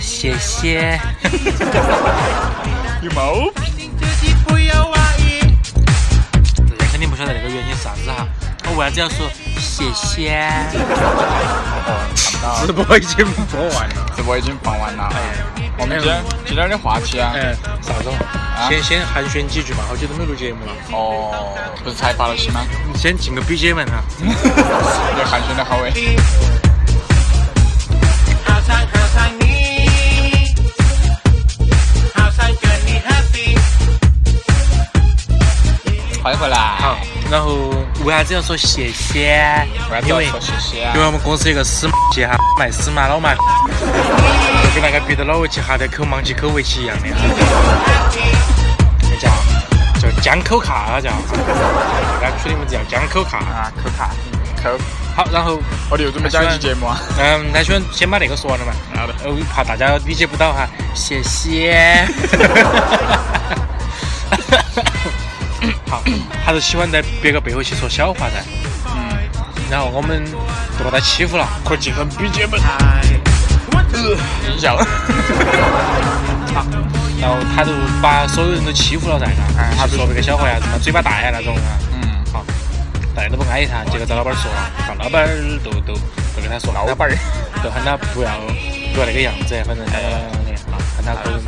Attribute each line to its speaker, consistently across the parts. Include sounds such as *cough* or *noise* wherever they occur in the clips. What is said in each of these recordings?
Speaker 1: 谢谢。
Speaker 2: 有毛病！
Speaker 1: 大家肯定不晓得那个原因是啥子哈，我为啥子要说谢谢？
Speaker 3: 直播已经播完了，
Speaker 2: 直播已经放完了。我们今天今天的话题啊，
Speaker 3: 哎，啥子嘛？先先寒暄几句嘛，好久都没录节目了。
Speaker 2: 哦，不是才发了期吗？
Speaker 3: 你先进个 BGM 哈，
Speaker 2: 这寒暄的好哎。欢迎回
Speaker 3: 好
Speaker 2: 来。，
Speaker 3: 然后为啥子要说谢谢？
Speaker 2: 为啥子
Speaker 3: 因
Speaker 2: 要
Speaker 3: 为
Speaker 2: 说谢谢
Speaker 3: 因为
Speaker 2: 啊？
Speaker 3: 我们公司有个死马姐哈，卖死马老马，就跟那个别的老围棋哈的口盲棋口围棋一样的，那叫叫江口卡啊叫，大家取的名字叫江口卡。
Speaker 2: 啊，扣卡，扣。
Speaker 3: 好，然后
Speaker 2: 我的又准备讲一期节目啊。
Speaker 3: 嗯，他喜欢先把那个说完了嘛，
Speaker 2: 好的
Speaker 3: 呃，怕大家理解不到哈，谢 *laughs* 谢。好，还是喜欢在别个背后去说小话噻，
Speaker 2: 嗯，
Speaker 3: 然后我们就把他欺负了。
Speaker 2: 快进入 BGM。笑。
Speaker 3: 好，然后他就把所有人都欺负了噻，
Speaker 2: 哎
Speaker 3: 他
Speaker 2: 他
Speaker 3: 就说别个小伙呀，什么嘴巴大呀那种啊，
Speaker 2: 嗯，
Speaker 3: 好，大家都不安逸他，结果遭老板说了，把老板儿都都都跟他说，老板儿都喊他不要不要那个样子，反正喊他喊他个人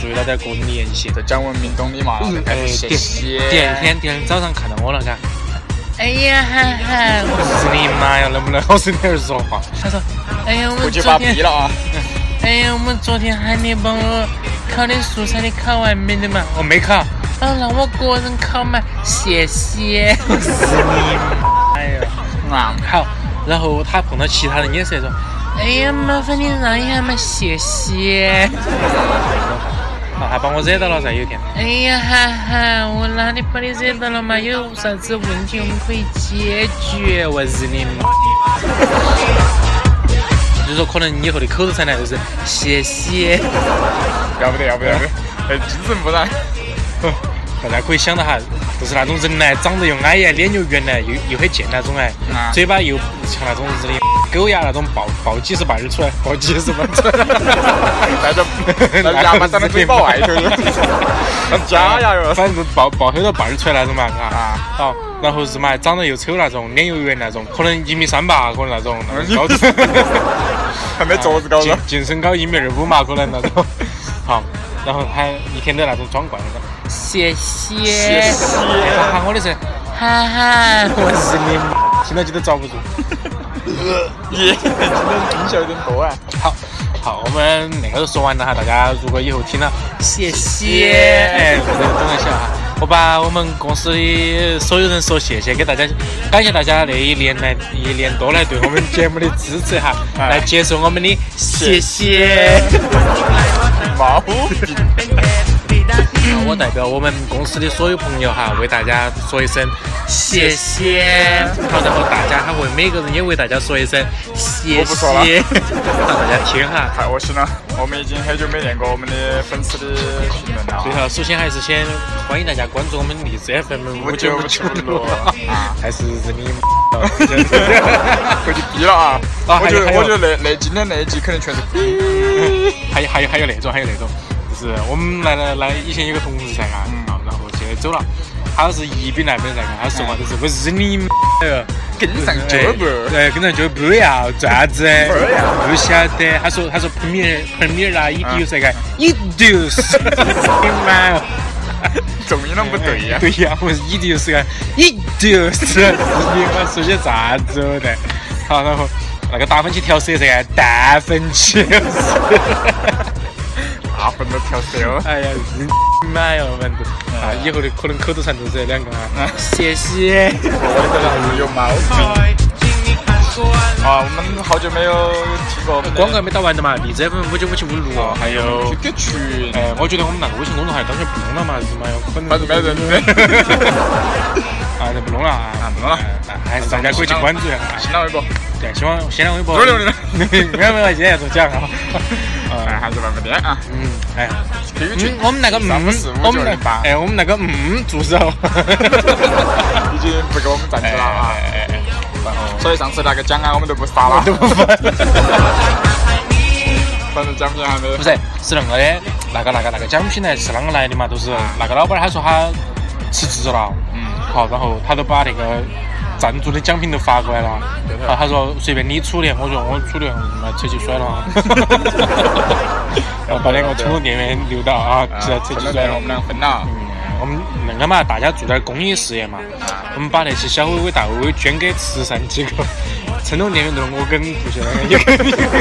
Speaker 3: 注意到点个人的言行。
Speaker 2: 在讲文明懂理嘛？
Speaker 3: 哎，
Speaker 2: 哎，谢
Speaker 3: 第
Speaker 2: 谢。
Speaker 3: 第二天第二天早上看到我了，嘎。哎呀哈哈！我是你妈呀，能不能好声点儿说话？他说：“哎呀，我
Speaker 2: 估
Speaker 3: 们
Speaker 2: 计
Speaker 3: 昨
Speaker 2: 发
Speaker 3: 天
Speaker 2: 逼了啊！
Speaker 3: 哎呀，我们昨天喊你帮我烤的蔬菜，你烤完没的嘛？我没烤。哦，让我个人烤嘛，谢谢。是你哎呀，
Speaker 2: 啊，
Speaker 3: 好。然后他碰到其他人也是那种，哎呀，麻烦你让一下嘛，谢谢。啊，他把我惹到了噻，有一天。哎呀哈哈，我哪里把你惹到了嘛？有啥子问题我们可以解决。我日你妈！ *laughs* 就是说，可能以后的口头禅呢，就是谢谢。 *laughs*
Speaker 2: 要不得，要不得，
Speaker 3: 嗯
Speaker 2: 要不得！哎，精神污染。
Speaker 3: 大家可以想到哈，就是那种人呢，长得又矮呀，脸又圆呢，又又很贱那种哎，
Speaker 2: 啊
Speaker 3: 嘴巴又像那种 *laughs* 日的狗呀那种爆爆几十瓣儿出 *laughs* 来，爆几十瓣儿出来，
Speaker 2: 那种那种牙巴长在啊嘴巴外头的，
Speaker 3: *laughs*
Speaker 2: 那假牙哟。
Speaker 3: *laughs* 反正爆爆很多瓣儿出来那种嘛，啊，
Speaker 2: 啊，
Speaker 3: 好，然后是嘛，长得又丑那种，脸又圆那种，可能一米三八，可能那 *laughs* 种，那
Speaker 2: 你
Speaker 3: 种高
Speaker 2: 还没桌子高
Speaker 3: 净
Speaker 2: 呢。
Speaker 3: 净身高一米二五嘛，可能那种，好，然后他一天都那种装惯了，谢谢，
Speaker 2: 谢谢
Speaker 3: 他喊我的时候，哈哈，我日你妈，听到起都遭不住。
Speaker 2: 耶，今天音效有点多啊。
Speaker 3: 好，好，我们那个都说完了哈，大家如果以后听到谢谢，
Speaker 2: 谢
Speaker 3: 哎，这个等一下哈，我把我们公司的所有人说谢谢，给大家感谢大家那一年来一年多来对我们节目的支持哈，
Speaker 2: 哎
Speaker 3: 来接受我们的谢谢。
Speaker 2: 毛病。
Speaker 3: 我代表我们公司的所有朋友哈，为大家说一声谢谢。好，然后大家还为每个人也为大家说一声谢
Speaker 2: 我不说了
Speaker 3: 谢，让大家听哈。
Speaker 2: 太恶心了，我们已经很久没念过我们的粉丝的评论
Speaker 3: 最
Speaker 2: 了。
Speaker 3: 后，首先还是先欢迎大家关注我们荔枝 FM 五九五九六
Speaker 2: 啊，
Speaker 3: 还是日你
Speaker 2: *laughs*
Speaker 3: 妈！
Speaker 2: 回去逼了啊！
Speaker 3: 啊
Speaker 2: 我觉得
Speaker 3: 还有还有
Speaker 2: 我觉得那那今天那一集肯定全是逼。
Speaker 3: 还有还有还有那种，还有那种，就是我们来来来，以前有个同事噻，嘎，
Speaker 2: 嗯
Speaker 3: 啊然后现在走了，他是宜宾那边噻，嘎他说话
Speaker 2: 哎
Speaker 3: 都是我日你妈哟，
Speaker 2: 跟上脚步
Speaker 3: 哎哎，跟上脚步呀，做啥子？哎
Speaker 2: 不要
Speaker 3: 不晓得，他说他说彭米尔彭米尔啊，一丢噻，嘎，一丢是， *laughs* 你妈哟！
Speaker 2: 重音了不对呀、
Speaker 3: 对呀、我一定是个，一定是个，你们说些啥子的？好，然后那个打分器调色噻，蛋分器。
Speaker 2: 大分都调色哦。
Speaker 3: 哎呀，日你妈哟，反正啊，以后的可能口头禅都是这两个啊。谢谢。
Speaker 2: 我有毛病啊！我们好久没有听过我们的
Speaker 3: 广告没打完的嘛，荔枝 FM 五九五七五六，哦还有
Speaker 2: QQ 群，
Speaker 3: 哎，我觉得我们那个微信公众号当时不弄了嘛，是嘛？有可能
Speaker 2: 反正没人
Speaker 3: *laughs* 啊，那不弄了啊，
Speaker 2: 啊不弄了
Speaker 3: 哎还是大家可以去关注一下。哎
Speaker 2: 新浪微博，
Speaker 3: 对，希望新浪微博。
Speaker 2: 周六的
Speaker 3: 没有没有，今天要中奖啊！
Speaker 2: 哎，还是万不得啊
Speaker 3: 嗯，哎，
Speaker 2: ！QQ
Speaker 3: 嗯
Speaker 2: 群，，
Speaker 3: 我们那
Speaker 2: *laughs*
Speaker 3: 个嗯
Speaker 2: 三五四五，
Speaker 3: 我
Speaker 2: 九
Speaker 3: 们那
Speaker 2: 零八，
Speaker 3: 哎，我们那个嗯助手。
Speaker 2: *laughs* 已经不给我们站起了啊！所以上次那个奖啊，我们都不发
Speaker 3: 我
Speaker 2: 了
Speaker 3: 都。不分。
Speaker 2: 反正奖品还没有
Speaker 3: 不。是，是恁个的，那个那个那个奖品呢是啷个来的嘛？就是那个老板他说他辞职了，
Speaker 2: 嗯，
Speaker 3: 好，然后他都把那个赞助的奖品都发过来了，好，他说随便你处理，我说我处理，妈车就摔 *laughs* 了，然后把两个宠物店员留到啊，
Speaker 2: 啊
Speaker 3: 车车就
Speaker 2: 分
Speaker 3: 摔
Speaker 2: 了，
Speaker 3: 了
Speaker 2: 我。们俩分了。
Speaker 3: 我们那个嘛，大家做点公益事业嘛，我们把那些小微微、大微微捐给慈善机构。成龙店员都是我跟同学两个也跟你。嗯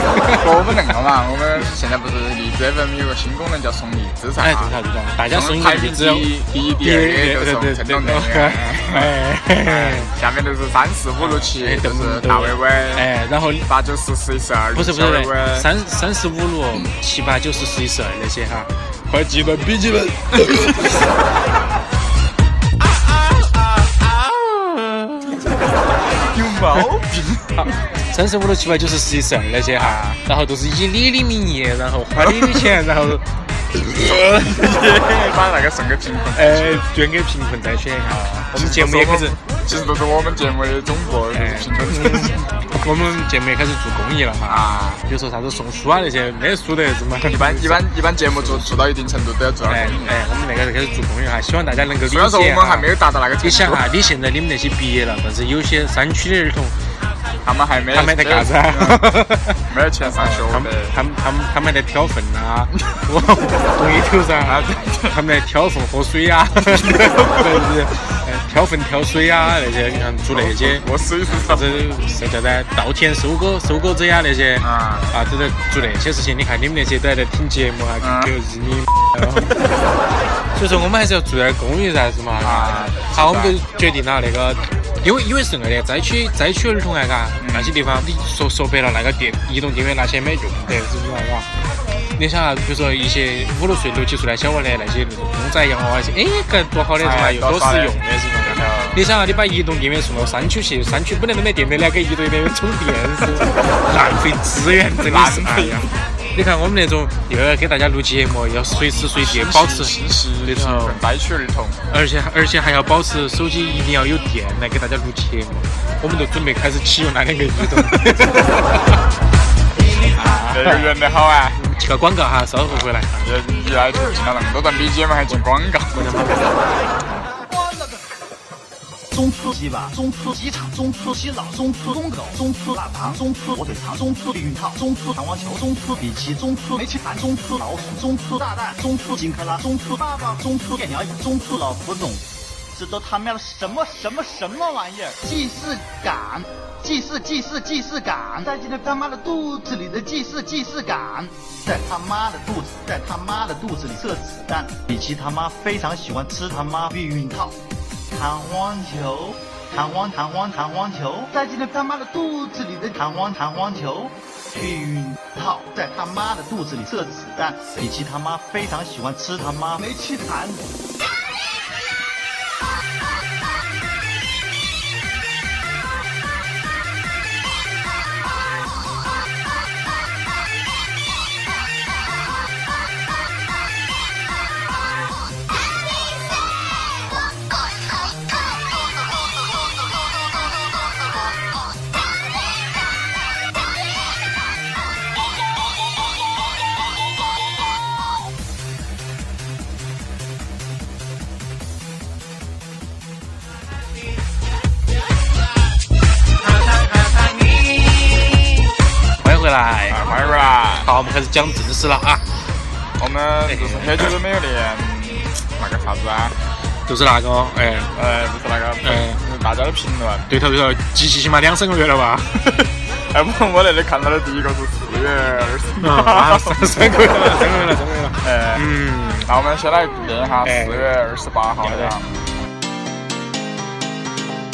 Speaker 2: 我们那个嘛，我们现在不是立专门有个新功能叫送礼资产
Speaker 3: 哎，
Speaker 2: 啊
Speaker 3: 对头对头，大家
Speaker 2: 我们
Speaker 3: 送一个
Speaker 2: 排
Speaker 3: 地
Speaker 2: 名
Speaker 3: 址
Speaker 2: 第，一、第一、第二的就是成龙那个，
Speaker 3: 哎
Speaker 2: 哎下面就是三四五六七，就是大伟伟，
Speaker 3: 哎，然后
Speaker 2: 八九十十一十二，
Speaker 3: *laughs* 不是不
Speaker 2: 小伟
Speaker 3: 是
Speaker 2: 伟，
Speaker 3: 三三十五六七八九十十一十二那些哈，快记得笔记本。
Speaker 2: 有毛
Speaker 3: *laughs*
Speaker 2: 病，
Speaker 3: 三十五六七八九十十一十二那些哈，然后都是以你的名义，然后花你的钱，然后。
Speaker 2: 把那个送给贫困。
Speaker 3: 呃，捐给贫困灾区啊。我们节目也哎开始，
Speaker 2: 其实都是我们节目的总部，就是贫困之
Speaker 3: *laughs*
Speaker 2: 家
Speaker 3: 哎我们节目也开始做公益了嘛。
Speaker 2: 啊。
Speaker 3: 比如说啥子送书啊那些，没书得是嘛。
Speaker 2: 一般一般一般节目做做到一定程度都要做到公
Speaker 3: *laughs* 哎
Speaker 2: 益。
Speaker 3: 哎，我们那个开始做公益哈，希望大家能够理
Speaker 2: 虽
Speaker 3: 解、啊。
Speaker 2: 然说我们还没有达到那个
Speaker 3: 你
Speaker 2: 程
Speaker 3: 想
Speaker 2: 度，
Speaker 3: 哈，你啊现在你们那些毕业了，但是有些山区的儿童，
Speaker 2: 他们还没
Speaker 3: 他们在干 *laughs* 啥
Speaker 2: 嗯没有钱上学
Speaker 3: 啊他们
Speaker 2: 的。
Speaker 3: 他们他们他们在挑粪呐， *laughs* 我回头噻
Speaker 2: 啊对，
Speaker 3: 他们在挑粪喝水呀， *laughs* 是不是？哎挑粪挑水呀那些，你看做那些。
Speaker 2: 我水是啥
Speaker 3: 啥
Speaker 2: 子
Speaker 3: 子是叫啥？稻田收割收割者呀那些
Speaker 2: 啊
Speaker 3: 啊，都在做那些事情。你看你们那些都还在听节目啊，
Speaker 2: 啊
Speaker 3: 就是你。 *laughs* 所以说我们还是要做点公益噻，是嘛？
Speaker 2: 啊
Speaker 3: 好，我
Speaker 2: 是吧
Speaker 3: 们就决定了那个，因为因为是那的灾区灾区儿童爱嘎，那些地方你说说白了，那个电移动电源那些没用得，是不是啊？你想啊，比如说一些五六岁、六七岁的小娃儿的那些那种公仔洋娃娃，些，哎，个多好的是吧？
Speaker 2: 哎
Speaker 3: 又
Speaker 2: 多
Speaker 3: 多
Speaker 2: 耍
Speaker 3: 实
Speaker 2: 的
Speaker 3: 用的是吧？
Speaker 2: 哎
Speaker 3: 你想啊，你把移动电源送到山区去，山区本来都没电的，你还给移动电源充电是吧浪费资源，真的是
Speaker 2: 浪
Speaker 3: 哎
Speaker 2: 费
Speaker 3: 呀！你看我们那种又要给大家录节目，要随时随地保持，
Speaker 2: 信息
Speaker 3: 对头
Speaker 2: 贫困灾区儿童，
Speaker 3: 而且而且还要保持手机一定要有电来给大家录节目。我们都准备开始启用那两个移动。
Speaker 2: 这个人的好啊！
Speaker 3: 这个广告哈，稍后回来。
Speaker 2: 一一来就进了那么多段 BGM，还进广告。
Speaker 4: 中出鸡巴，中出鸡场，中出西老，中出中狗，中出腊肠，中出火腿肠，中出避孕套，中出弹簧球，中出比奇，中出煤气盘，中出老鼠，中出炸弹，中出金克拉，中出爸爸，中出电鸟，中出老古董，这都他喵的什么什么什么玩意儿？既视感，既视既视既视感，在今天他妈的肚子里的既视既视感，在他妈的肚子，在他妈的肚子里射子弹。比奇他妈非常喜欢吃他妈避孕套。弹簧球，弹簧弹簧弹簧球，在今天他妈的肚子里的弹簧弹簧球，避孕套在他妈的肚子里射子弹，比奇他妈非常喜欢吃他妈煤气弹。
Speaker 3: 欢迎回来。
Speaker 2: 啊，欢迎回来。
Speaker 3: 好，我们开始讲正事了啊，
Speaker 2: 我们就是很久都没有练那个啥子啊，
Speaker 3: 就是那个，哎，
Speaker 2: 呃，就是那
Speaker 3: 嗯
Speaker 2: 个嗯大家的评论。
Speaker 3: 对头对头，机器起码两三个月了吧？
Speaker 2: 哎，我我那里看到的第一个是四月二十
Speaker 3: 嗯，啊 *laughs* 三三个月了，三个月了，三个月了。
Speaker 2: 哎，
Speaker 3: 嗯，
Speaker 2: 那我们先来念一下
Speaker 3: 哎
Speaker 2: 四月二十八号
Speaker 3: 好
Speaker 2: 的
Speaker 3: 的
Speaker 2: 啊。
Speaker 3: 哎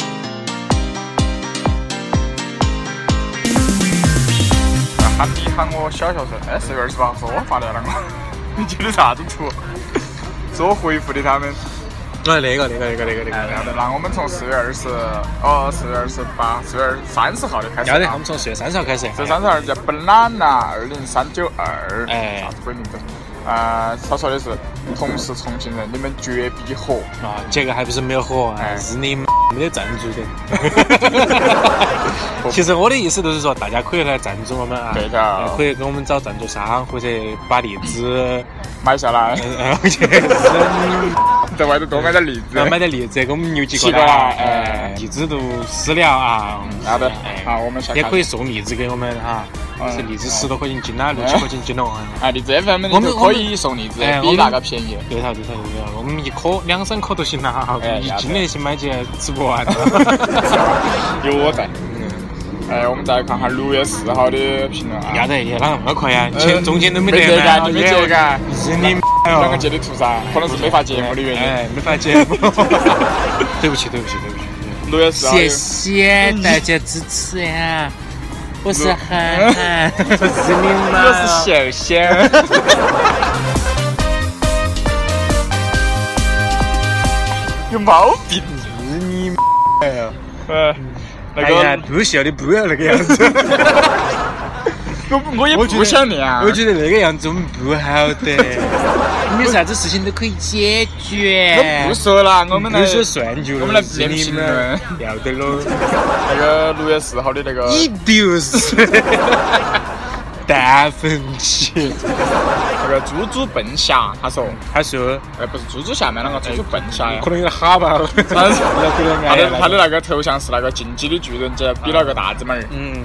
Speaker 2: 啊喊你喊我小孝顺，哎，四月二十八号是我发的那个， *laughs* 你截的啥子图？ *laughs* 是我回复的他们。
Speaker 3: 哎，那个那个那个那个那
Speaker 2: 哎，好
Speaker 3: 个。
Speaker 2: 的，那我们从四月二十，哦，四月二十八，四月三十号的开始
Speaker 3: 要得，
Speaker 2: 啊
Speaker 3: 我。们从四月三十号开始。
Speaker 2: 这三十二叫 banana 二零三九二，
Speaker 3: 哎
Speaker 2: 啥子鬼名字？啊，他说的是，同是重庆人，你们绝逼火，
Speaker 3: 啊啊，这个还不是没有火，哎，
Speaker 2: 哎 *laughs*
Speaker 3: 是你们没得赞助的。其实我的意思就是说，大家可以来赞助我们啊，
Speaker 2: 对的
Speaker 3: 呃可以给我们找赞助商，啊或者把荔
Speaker 2: *laughs*
Speaker 3: 枝，
Speaker 2: 买下来，
Speaker 3: 呃，或
Speaker 2: *laughs*
Speaker 3: 者是
Speaker 2: 在外头多买点栗子
Speaker 3: 呃。买点荔枝给我们邮寄
Speaker 2: 寄过
Speaker 3: 过
Speaker 2: 来
Speaker 3: 来，
Speaker 2: 哎
Speaker 3: 哎，荔枝都撕了啊，
Speaker 2: 好的
Speaker 3: 哎，
Speaker 2: 好，我们下
Speaker 3: 也可
Speaker 2: 以。
Speaker 3: 以送栗子给我们哈，
Speaker 2: 嗯
Speaker 3: 是荔枝十多块钱斤啦，六七块钱斤了。哎
Speaker 2: 啊，荔枝 FM
Speaker 3: 我
Speaker 2: 里
Speaker 3: 们
Speaker 2: 头可以送荔枝
Speaker 3: 哎，我
Speaker 2: 比
Speaker 3: 们
Speaker 2: 那个便
Speaker 3: *laughs*
Speaker 2: 宜。
Speaker 3: 对头对头对头，我们一颗两三颗都行啦
Speaker 2: 哎，
Speaker 3: 一
Speaker 2: 要得
Speaker 3: 斤那些买起来吃不完。
Speaker 2: 有我在。哎，我们再看下六月四号的评论啊
Speaker 3: 要。得，也啷个那么快呀？
Speaker 2: 呃
Speaker 3: 前中间都没
Speaker 2: 没
Speaker 3: 得
Speaker 2: 折干，你没折
Speaker 3: 干，
Speaker 2: 干，
Speaker 3: 是你
Speaker 2: 啷个接的图噻？可能是没发节目的原
Speaker 3: 哎，没法节目。 *laughs* 对不起对不起对不起。
Speaker 2: 因。六月四号有
Speaker 1: 谢谢大家支持呀！我是涵
Speaker 3: 哎
Speaker 1: 涵，
Speaker 3: 是你
Speaker 2: 我是秀秀。有毛病！
Speaker 3: 是你。
Speaker 2: 呃，那
Speaker 3: 哎呀
Speaker 2: 个，
Speaker 3: 不笑的不要那个样子。
Speaker 2: *laughs* 我我也
Speaker 3: 我觉
Speaker 2: 不
Speaker 3: 得哎
Speaker 2: 想念啊。
Speaker 3: 我觉得那个样子我们不好
Speaker 1: *laughs*
Speaker 3: 的。
Speaker 1: 有啥子事情都可以解
Speaker 2: 我
Speaker 1: 决
Speaker 2: 不。说了，我们来
Speaker 3: 有些算就
Speaker 2: 我们来
Speaker 3: 是
Speaker 2: 练
Speaker 3: 你
Speaker 2: 评
Speaker 3: 们
Speaker 2: 论。
Speaker 3: 要得喽。
Speaker 2: 那个六月四号的那个，
Speaker 3: 你就是蛋粉起。
Speaker 2: 那个猪猪笨侠，他说，
Speaker 3: 他说
Speaker 2: 哎，不是猪猪下面那个猪猪笨侠呀
Speaker 3: 可。能有点哈吧，
Speaker 2: 他是他的他
Speaker 3: 他
Speaker 2: 的那个头像是那个进击的巨人，这比了个大字拇儿，
Speaker 3: 嗯，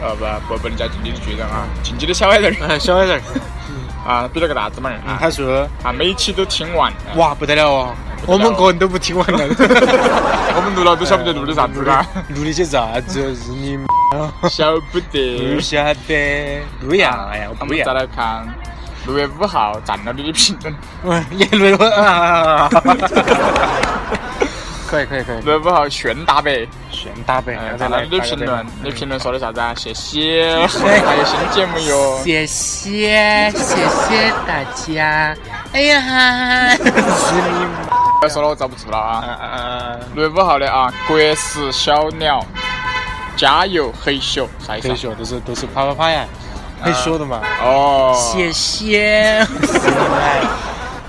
Speaker 2: 呃不不不能叫进击的巨人啊，进击的小矮人儿
Speaker 3: 哎小矮人儿，
Speaker 2: *laughs* 啊，比了个大字拇儿啊，
Speaker 3: 嗯他说
Speaker 2: 啊每一期都听完，
Speaker 3: 哇不得了哦，我们个人都不听完了，
Speaker 2: 我们录了都晓不得录的
Speaker 3: *laughs*
Speaker 2: 啥子嘎，
Speaker 3: 录的些啥子？是你
Speaker 2: *laughs* 晓不
Speaker 3: 不
Speaker 2: 得。
Speaker 3: 晓得，不要哎呀，我
Speaker 2: 我
Speaker 3: 不
Speaker 2: 们再
Speaker 3: 要，
Speaker 2: 来看六月五号占了你的评论，
Speaker 3: 也录了啊，可以可以可以，
Speaker 2: 六月五号炫大北
Speaker 3: 炫打呗
Speaker 2: 哎，
Speaker 3: 再
Speaker 2: 占了
Speaker 3: 来嗯
Speaker 2: 你的评论，你评论说的啥子啊？谢谢， *laughs* 还有新节目哟。
Speaker 1: 谢谢谢谢大家！哎呀涵涵，
Speaker 3: 是你
Speaker 2: 不要说了，我遭不住了啊。
Speaker 3: 啊啊啊！
Speaker 2: 六月五号的啊，国食小鸟，加油黑熊，啥意思
Speaker 3: 可
Speaker 2: 啊
Speaker 3: 以？学，都是都是啪啪啪呀，可以学的嘛，
Speaker 2: 哦，
Speaker 1: 谢谢。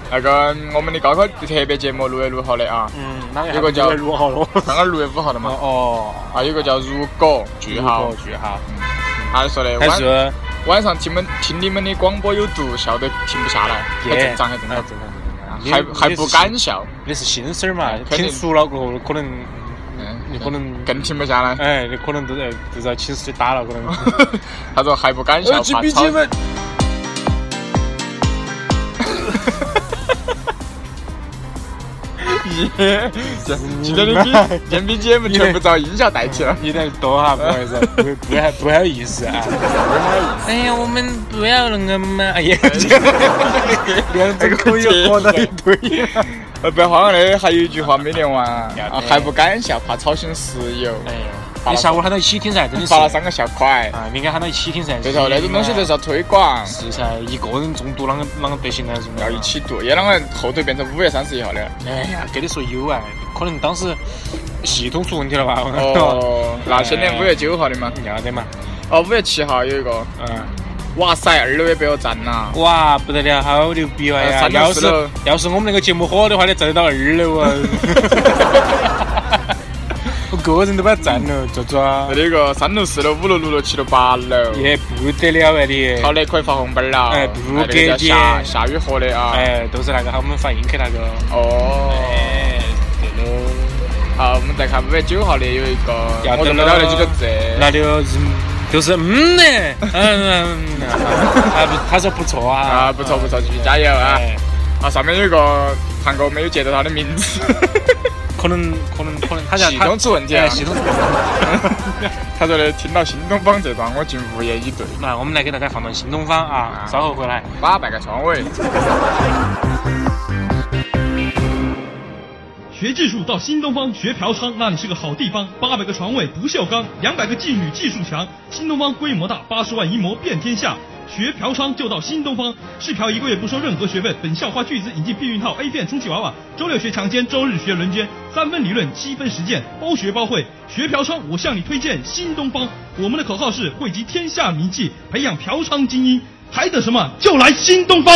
Speaker 2: 那个我们的高考特别节目六月六号的啊，
Speaker 3: 嗯，哪
Speaker 2: 有个叫
Speaker 3: 录好了，
Speaker 2: 刚刚六月五号的嘛，
Speaker 3: *laughs* 哦，嗯
Speaker 2: 啊有个叫如果句号，
Speaker 3: 句号，
Speaker 2: 他说的
Speaker 3: 他
Speaker 2: 晚
Speaker 3: 说。
Speaker 2: 晚上听们听你们的广播有毒，笑得停不下来，很正常，很正常，
Speaker 3: 正哎
Speaker 2: 还还不敢笑，
Speaker 3: 你是新生儿嘛？
Speaker 2: 肯定
Speaker 3: 听熟了过后，可能
Speaker 2: 嗯，
Speaker 3: 你可能
Speaker 2: 更停不下来。 *laughs*
Speaker 3: 哎，你可能都在都在寝室打了，可能。
Speaker 2: 他说还不敢
Speaker 3: 呃
Speaker 2: 笑，怕吵。
Speaker 3: *laughs* *laughs*
Speaker 2: 耶，今天的 B 今天 BGM 全部遭音效代替了。
Speaker 3: 有点多哈，不好意思，不不太不好意思啊。
Speaker 1: 哎呀，我们不要那个嘛！哎呀，
Speaker 3: *laughs* 两只狗又合到一堆。
Speaker 2: 呃，白花的还有一句话没念完
Speaker 3: 要
Speaker 2: 啊
Speaker 3: 得，
Speaker 2: 还不敢笑，怕吵醒室友，
Speaker 3: 哎呀，你下午喊到一起听噻，真的是
Speaker 2: 发。了三个笑快。
Speaker 3: 啊，你应该喊到一起听噻。
Speaker 2: 对头，那种东西就是
Speaker 3: 是。
Speaker 2: 要推广，
Speaker 3: 是噻，一个人中毒啷个啷个得行呢？啊是不是
Speaker 2: 要一。起读，也啷个后头变成五月三十一号
Speaker 3: *laughs*
Speaker 2: 的。
Speaker 3: 哎呀，跟你说有啊，可能当时系统出问题了吧？
Speaker 2: 哦，那些年五月九号的嘛，
Speaker 3: 要得嘛，
Speaker 2: 哦，五月七号有一个，
Speaker 3: 嗯。
Speaker 2: 哇塞，二六也被我占
Speaker 3: *laughs*
Speaker 2: 了。
Speaker 3: 哇，不得了，好牛逼哇！
Speaker 2: 呃
Speaker 3: 呀
Speaker 2: 三六
Speaker 3: 要
Speaker 2: 四
Speaker 3: 是
Speaker 2: 楼
Speaker 3: 要是我们那个节目火的话，你站得到二楼啊！ *laughs* 我个人都把它占了，抓抓
Speaker 2: *laughs* 那，里有个三楼、四楼、五楼、六楼、七楼、八楼。
Speaker 3: 也不得了啊你！
Speaker 2: 好的，可以发红包了。
Speaker 3: 哎不
Speaker 2: 那个叫
Speaker 3: 给力
Speaker 2: 夏夏雨荷的啊。
Speaker 3: 哎，都是那个喊我们发硬客那个，
Speaker 2: 哦。
Speaker 3: 哎，对喽，
Speaker 2: 好，我们再看五月九号的有一个，
Speaker 3: 要
Speaker 2: 我
Speaker 3: 得
Speaker 2: 认不到那几个
Speaker 3: 喽
Speaker 2: 字。
Speaker 3: 那就是就是嗯呢，嗯嗯，嗯啊不，他说不错啊，
Speaker 2: 啊，不错不错，继续加油啊！
Speaker 3: 哎，
Speaker 2: 啊，上面有一个韩哥没有接到他的名字，
Speaker 3: 可能可能可能 *laughs* 他叫
Speaker 2: 系统出问题啊
Speaker 3: 哎，！系统出
Speaker 2: *laughs* 他说的听到新东方这段，我竟无言以对，
Speaker 3: 那我们来给大家放到新东方啊，稍后回来。
Speaker 2: 打败个双尾。
Speaker 5: 学技术到新东方，学嫖娼那里是个好地方。八百个床位不锈钢，两百个妓女技术强。新东方规模大，八十万淫魔遍天下。学嫖娼就到新东方，试嫖一个月不收任何学费。本校花巨资引进避孕套、A 片、充气娃娃，周六学强奸，周日学轮奸，三分理论，七分实践，包学包会。学嫖娼，我向你推荐新东方。我们的口号是汇集天下名妓，培养嫖娼精英。还等什么？就来新东方！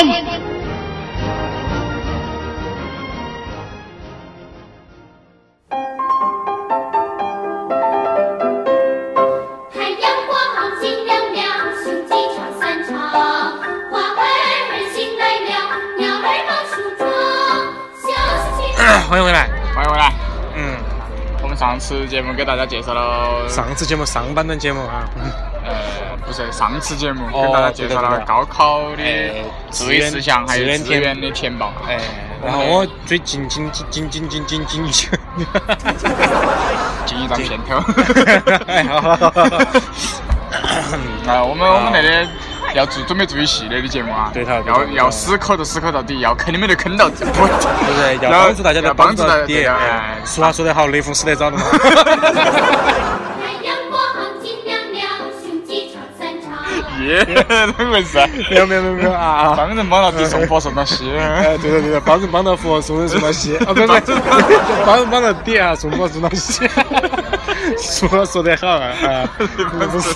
Speaker 3: 欢迎回来。
Speaker 2: 欢迎回来。
Speaker 3: 嗯，
Speaker 2: 我们上次节目给大家介绍了，
Speaker 3: 上次节目上半段节目啊，
Speaker 2: 呃，不是上次节目
Speaker 3: 哦
Speaker 2: 给大家介绍
Speaker 3: 对对
Speaker 2: 了
Speaker 3: 对
Speaker 2: 高考的
Speaker 3: 哎
Speaker 2: 注意事项，还
Speaker 3: 志
Speaker 2: 有
Speaker 3: 愿
Speaker 2: 志愿的填报。
Speaker 3: 哎，然后我最近近近近近近近近一 *laughs* 些，
Speaker 2: 进一张片头。
Speaker 3: *laughs* 哎好好好好好
Speaker 2: 啊，我们我 *laughs* 们那里要做准备做一系列的节目啊，
Speaker 3: 对头对头
Speaker 2: 要
Speaker 3: 对头
Speaker 2: 要死磕就死磕到底，要坑你们就坑到
Speaker 3: *laughs*
Speaker 2: 底，
Speaker 3: 对不对？要
Speaker 2: 然后
Speaker 3: 帮助大家
Speaker 2: 要
Speaker 3: 的
Speaker 2: 帮助大
Speaker 3: 到
Speaker 2: 家
Speaker 3: 底。
Speaker 2: 对哎
Speaker 3: 哎俗话说得好，雷锋死得早的嘛。
Speaker 6: 太阳光，金亮亮，雄鸡唱三唱。
Speaker 2: *laughs* 耶，怎么回事？
Speaker 3: 没有没有没有没有啊！啊
Speaker 2: 帮人帮到底，送佛送到西。
Speaker 3: *laughs* 哎，对对对，帮人帮到佛，送人送到西。啊，不是不
Speaker 2: *laughs*
Speaker 3: 是，帮人帮到底啊，送佛送到西。说说得好啊啊！不是，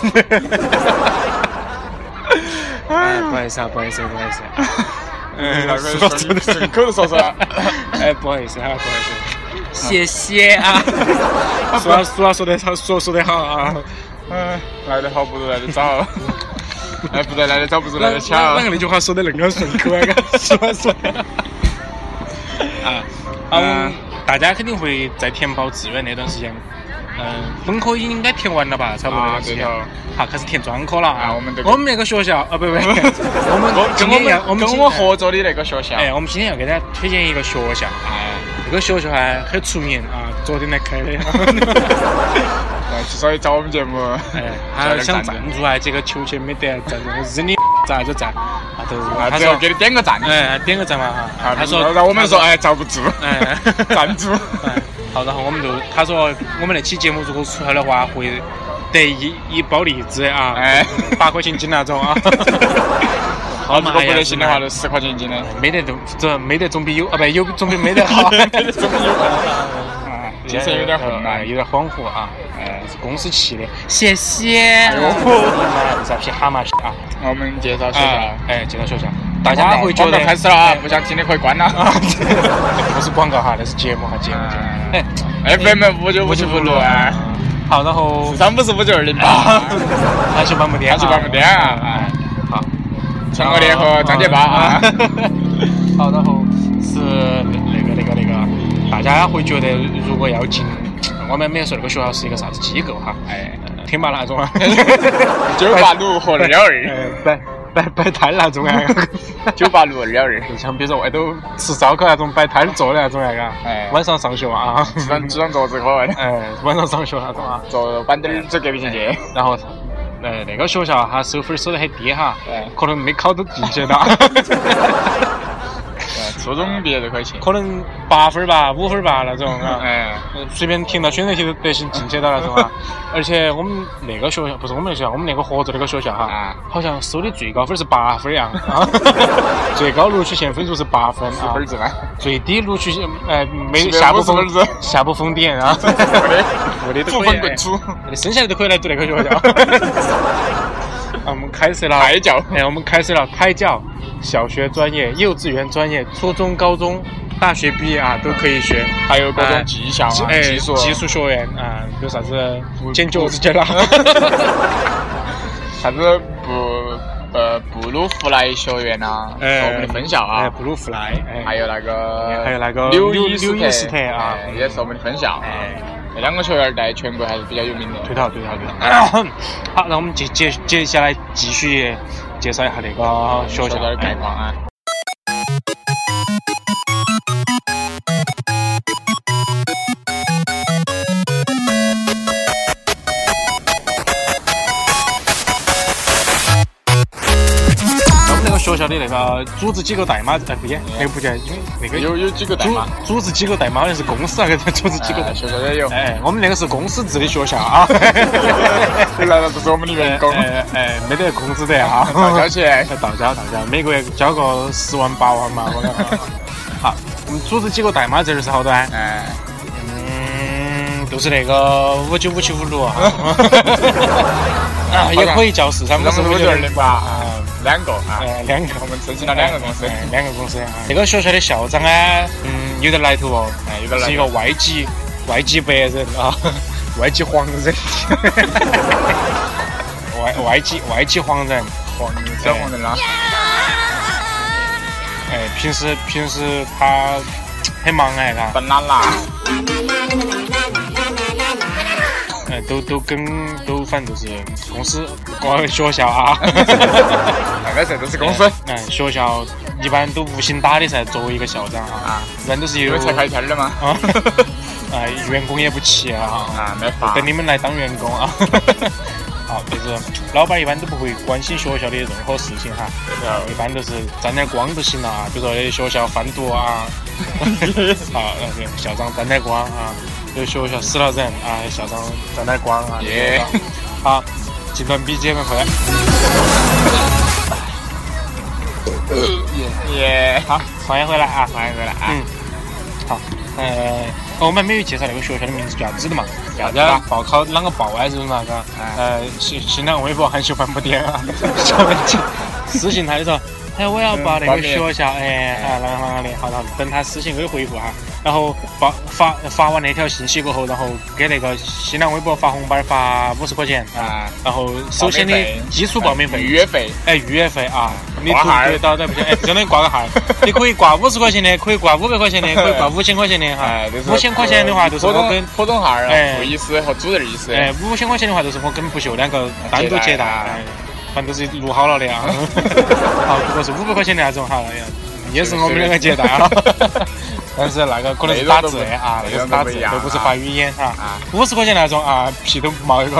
Speaker 3: 哎，不好意思啊，不好意思，不好意思。嗯，
Speaker 2: 那
Speaker 3: 说
Speaker 2: 个
Speaker 3: 真
Speaker 2: 顺
Speaker 3: 的 *laughs*
Speaker 2: 顺口就说出来。
Speaker 3: 哎，不好意思啊，不好意思。谢谢啊！说说说得好，说说得好啊！
Speaker 2: 嗯，来得好不如来得
Speaker 3: *laughs*
Speaker 2: 早，哎，不对，来得早不如来得巧。
Speaker 3: 哪个那句话说的那个顺口啊？ *laughs* 说说。啊，嗯
Speaker 2: 嗯，
Speaker 3: 大家肯定会在填报志愿那段时间，嗯，本科已经应该填完了吧？差不多
Speaker 2: 啊
Speaker 3: 那段时间
Speaker 2: 对头。
Speaker 3: 好，开始填专科了
Speaker 2: 啊我们这个
Speaker 3: 我们那个学校啊，不不，
Speaker 2: *laughs*
Speaker 3: 我们
Speaker 2: 我跟
Speaker 3: 今
Speaker 2: 我
Speaker 3: 天要
Speaker 2: 们
Speaker 3: 我们
Speaker 2: 跟
Speaker 3: 今
Speaker 2: 我合作的那个学校，
Speaker 3: 哎，我们今天要给大家推荐一个学校，啊
Speaker 2: 哎，
Speaker 3: 这个学校还很出名啊，昨天才开的。
Speaker 2: 对所以找我们节目，
Speaker 3: *laughs*
Speaker 2: *laughs*
Speaker 3: 哎，他想
Speaker 2: 赞
Speaker 3: 赞助啊，结果球钱没得，赞助扔的咋就赞，啊都是
Speaker 2: 啊，
Speaker 3: 他
Speaker 2: 最后
Speaker 3: 说
Speaker 2: 给你点个赞。
Speaker 3: 哎点个赞嘛哈，
Speaker 2: 啊，
Speaker 3: 他说
Speaker 2: 让我们说，哎，遭不住，
Speaker 3: 哎
Speaker 2: 赞助，
Speaker 3: 哎好，然后我们就他说我们那期节目如果出来的话会得一一包荔枝啊，
Speaker 2: 哎，
Speaker 3: 八块钱一斤那种啊，好
Speaker 2: 如
Speaker 3: 嘛
Speaker 2: 果不得行的话，就十块钱一斤的。
Speaker 3: 没得总这没得总比有啊不有总比没得好，总比有好。
Speaker 2: 啊，精神有点混
Speaker 3: 哎
Speaker 2: 乱，
Speaker 3: 有点恍惚啊，哎，是公司起的，谢谢。
Speaker 2: 呦
Speaker 3: 哎，是匹蛤蟆啊！
Speaker 2: 我们介绍学
Speaker 3: 啊
Speaker 2: 校，，
Speaker 3: 哎，介绍学校，大家会觉
Speaker 2: 广
Speaker 3: 得
Speaker 2: 告开始了啊，不想听的可以关了。
Speaker 3: 不是广告哈，那是节目哈，节目节目。哎，
Speaker 2: FM 五九五七五六啊，
Speaker 3: 好，然后
Speaker 2: 四三五四五九二零八，
Speaker 3: 他去把木店，
Speaker 2: 他去把门点啊，哎，
Speaker 3: 好，
Speaker 2: 陈鹤烈和张杰巴啊，
Speaker 3: *laughs* 好，然后是那个那个那个，大家会觉得如果要进，我们没有说那个学校是一个啥子机构哈，
Speaker 2: 哎，
Speaker 3: 挺嘛那种
Speaker 2: *laughs*
Speaker 3: 啊，
Speaker 2: *laughs* 九八六和二幺
Speaker 3: 哎
Speaker 2: 二，
Speaker 3: 摆摆摆摊
Speaker 2: *laughs*
Speaker 3: 那种啊，
Speaker 2: 九八六二幺二，
Speaker 3: 像比如说外头吃烧烤那种摆摊坐的那种那个，
Speaker 2: 哎
Speaker 3: 晚上上学啊，
Speaker 2: 只能只能坐这个位，
Speaker 3: *laughs* 哎，晚上上学那种啊。
Speaker 2: 坐板凳儿走隔壁去去，
Speaker 3: 然后，呃，那个学校它收分收得很低哈
Speaker 2: 对，
Speaker 3: 可能没考到进去
Speaker 2: *laughs*
Speaker 3: 的，
Speaker 2: 哎初中毕业就可以去，
Speaker 3: 可能八分儿吧、五分儿吧那种啊，
Speaker 2: *laughs* 哎，嗯
Speaker 3: 呃随便填到选择题都得行进去的那
Speaker 2: *laughs*
Speaker 3: 种啊。而且我们那个学校不是我们那个学校，我们那个合作那个学校哈
Speaker 2: 啊，
Speaker 3: 好像收的最高分是八分儿
Speaker 2: *laughs*
Speaker 3: 一样啊，最高录取线分数是八分
Speaker 2: 十
Speaker 3: 啊
Speaker 2: 分，制吧，
Speaker 3: 最低录取线呃没
Speaker 2: 450
Speaker 3: 下不封
Speaker 2: 分制
Speaker 3: 下不封顶
Speaker 2: *laughs*
Speaker 3: 啊， *laughs*
Speaker 2: 我的，
Speaker 3: 都
Speaker 2: 负 *laughs*
Speaker 3: 可以
Speaker 2: 分滚出，
Speaker 3: 生下来都可以来读那个学
Speaker 2: *laughs*
Speaker 3: 校。啊，我们开始了。
Speaker 2: 抬脚，
Speaker 3: 哎，我们开始了胎教、小学专业、幼稚园专业、初中、高中、大学毕业啊，都可以学。
Speaker 2: 还有各
Speaker 3: 哎
Speaker 2: 种技巧啊，
Speaker 3: 哎，
Speaker 2: 技术，
Speaker 3: 技术学院啊，有啥子
Speaker 2: 不
Speaker 3: 剪脚趾甲啦，
Speaker 2: 啥子布呃布鲁弗莱学院呐，是
Speaker 3: *laughs* 哎，
Speaker 2: 我们的分校
Speaker 3: 哎，
Speaker 2: 啊，
Speaker 3: 布鲁弗莱，哎，
Speaker 2: 还有那个
Speaker 3: 还有那个
Speaker 2: 纽
Speaker 3: 纽
Speaker 2: 伊
Speaker 3: 纽伊斯特啊
Speaker 2: 哎也是我们的分校啊
Speaker 3: 哎，
Speaker 2: 这两个学院在全国还是比较有名的。
Speaker 3: 对头，对头，
Speaker 2: 哎
Speaker 3: 对头。 *coughs* 好，那我们接接接下来继续介绍一下那个学
Speaker 2: 学校
Speaker 3: 校
Speaker 2: 的概
Speaker 3: 哎
Speaker 2: 况啊，
Speaker 3: 我们那个学校的那个组织机构代码，哎，不对，那个不叫，因为那个
Speaker 2: 有有几个代
Speaker 3: 组
Speaker 2: 码，
Speaker 3: 组织机构代码好像是公司那个组织机构代
Speaker 2: 哎
Speaker 3: 码。
Speaker 2: 学校也有，
Speaker 3: 哎，我们那个是公司制的学校啊。
Speaker 2: 来了不是我们的员工，
Speaker 3: 哎哎，没得工资的啊，
Speaker 2: 大家钱，
Speaker 3: 哎，到家到家，每个月交个十万八万嘛，我看。好，我们组织几个代码这儿是好多啊？
Speaker 2: 哎，
Speaker 3: 嗯，就是那个五九五七五六啊，啊，也可以叫四三五
Speaker 2: 我
Speaker 3: 四
Speaker 2: 们
Speaker 3: 五
Speaker 2: 五
Speaker 3: 六
Speaker 2: 九
Speaker 3: 二
Speaker 2: 二
Speaker 3: 零
Speaker 2: 零
Speaker 3: 八
Speaker 2: 八
Speaker 3: 啊，
Speaker 2: 啊，两个啊，
Speaker 3: 哎，两个。
Speaker 2: 我们申请了两个公司，
Speaker 3: 哎，两个公司啊。这个学校的校长啊，嗯，有点来头哦，
Speaker 2: 哎有点来头
Speaker 3: 是一个外籍外籍白人
Speaker 2: *laughs*
Speaker 3: 啊，外籍黄人，外外籍外籍黄人，哎
Speaker 2: 黄小黄人啦，
Speaker 3: 哎，平时平时他很忙哎，嘎，
Speaker 2: *laughs* banana
Speaker 3: 哎，都都跟都反正都是公司搞学校啊，
Speaker 2: 那个时候都 *laughs* 是公司，
Speaker 3: 嗯，学校一般都无心打理噻，作为一个校长
Speaker 2: 啊，
Speaker 3: 啊一般都是
Speaker 2: 因
Speaker 3: 由
Speaker 2: 为才开天儿的嘛。
Speaker 3: *laughs* 啊，哎，员工也不齐啊，
Speaker 2: 啊，没法。
Speaker 3: 等你们来当员工啊。 *laughs* 好，就是老板一般都不会关心学校的任何事情哈，一般都是沾点光就行了啊，比如说学校贩毒啊，啊，那个校长沾点光啊，有学校死了人啊，校长沾点光啊，
Speaker 2: 耶
Speaker 3: 这种啊好，近段笔记很快。
Speaker 2: 耶，好，
Speaker 3: 欢迎回来啊！
Speaker 2: 欢迎回来啊！
Speaker 3: 嗯，好，呃，我们没有介绍那个学校的名字叫啥子的嘛？
Speaker 2: 啥
Speaker 3: 大
Speaker 2: 子啊
Speaker 3: 家报考啷个报啊？是嘛？嘎
Speaker 2: 哎，
Speaker 3: 呃，新新浪微博很喜欢不点啊， *laughs* 小问题私信他就说，哎，我要报那个学校，
Speaker 2: 嗯
Speaker 3: 哎，啊，啷个啷个的，好，然后等他私信给我回复哈，然后发发发完那条信息过后，然后给那个新浪微博发红包发五十块钱啊，
Speaker 2: 啊，
Speaker 3: 然后首先的
Speaker 2: 报名费嗯
Speaker 3: 基础报名费
Speaker 2: 预约费，
Speaker 3: 哎，预约费啊，你
Speaker 2: 挂
Speaker 3: 图
Speaker 2: 号儿
Speaker 3: 对到到不行，哎，真的挂个号儿， *laughs* 你可以挂五十块钱的，可以挂五百块
Speaker 2: *laughs*
Speaker 3: 钱的，可以挂五千块钱的哈
Speaker 2: 哎，就。是
Speaker 3: 五千块钱的话，就是
Speaker 2: 普
Speaker 3: 我
Speaker 2: 通
Speaker 3: 跟
Speaker 2: 普通号
Speaker 3: 哎
Speaker 2: 儿，副医师和主任医师。
Speaker 3: 哎，五千块钱的话，就是我跟不秀两个单独接
Speaker 2: 接待
Speaker 3: 待，
Speaker 2: 啊
Speaker 3: 哎反正都是录好了的
Speaker 2: *laughs*
Speaker 3: 啊。好，如果是五百块钱的那种哈，哎呀，也是我们两个接待啊
Speaker 2: 随便。
Speaker 3: *laughs* 但是那个可能是打字的啊，那
Speaker 2: 内
Speaker 3: 个
Speaker 2: 容都
Speaker 3: 是打
Speaker 2: 不
Speaker 3: 字，
Speaker 2: 一样
Speaker 3: 都不是发语音啊
Speaker 2: 啊。
Speaker 3: 五十块钱那种啊，屁都不冒一
Speaker 2: *laughs*
Speaker 3: 个。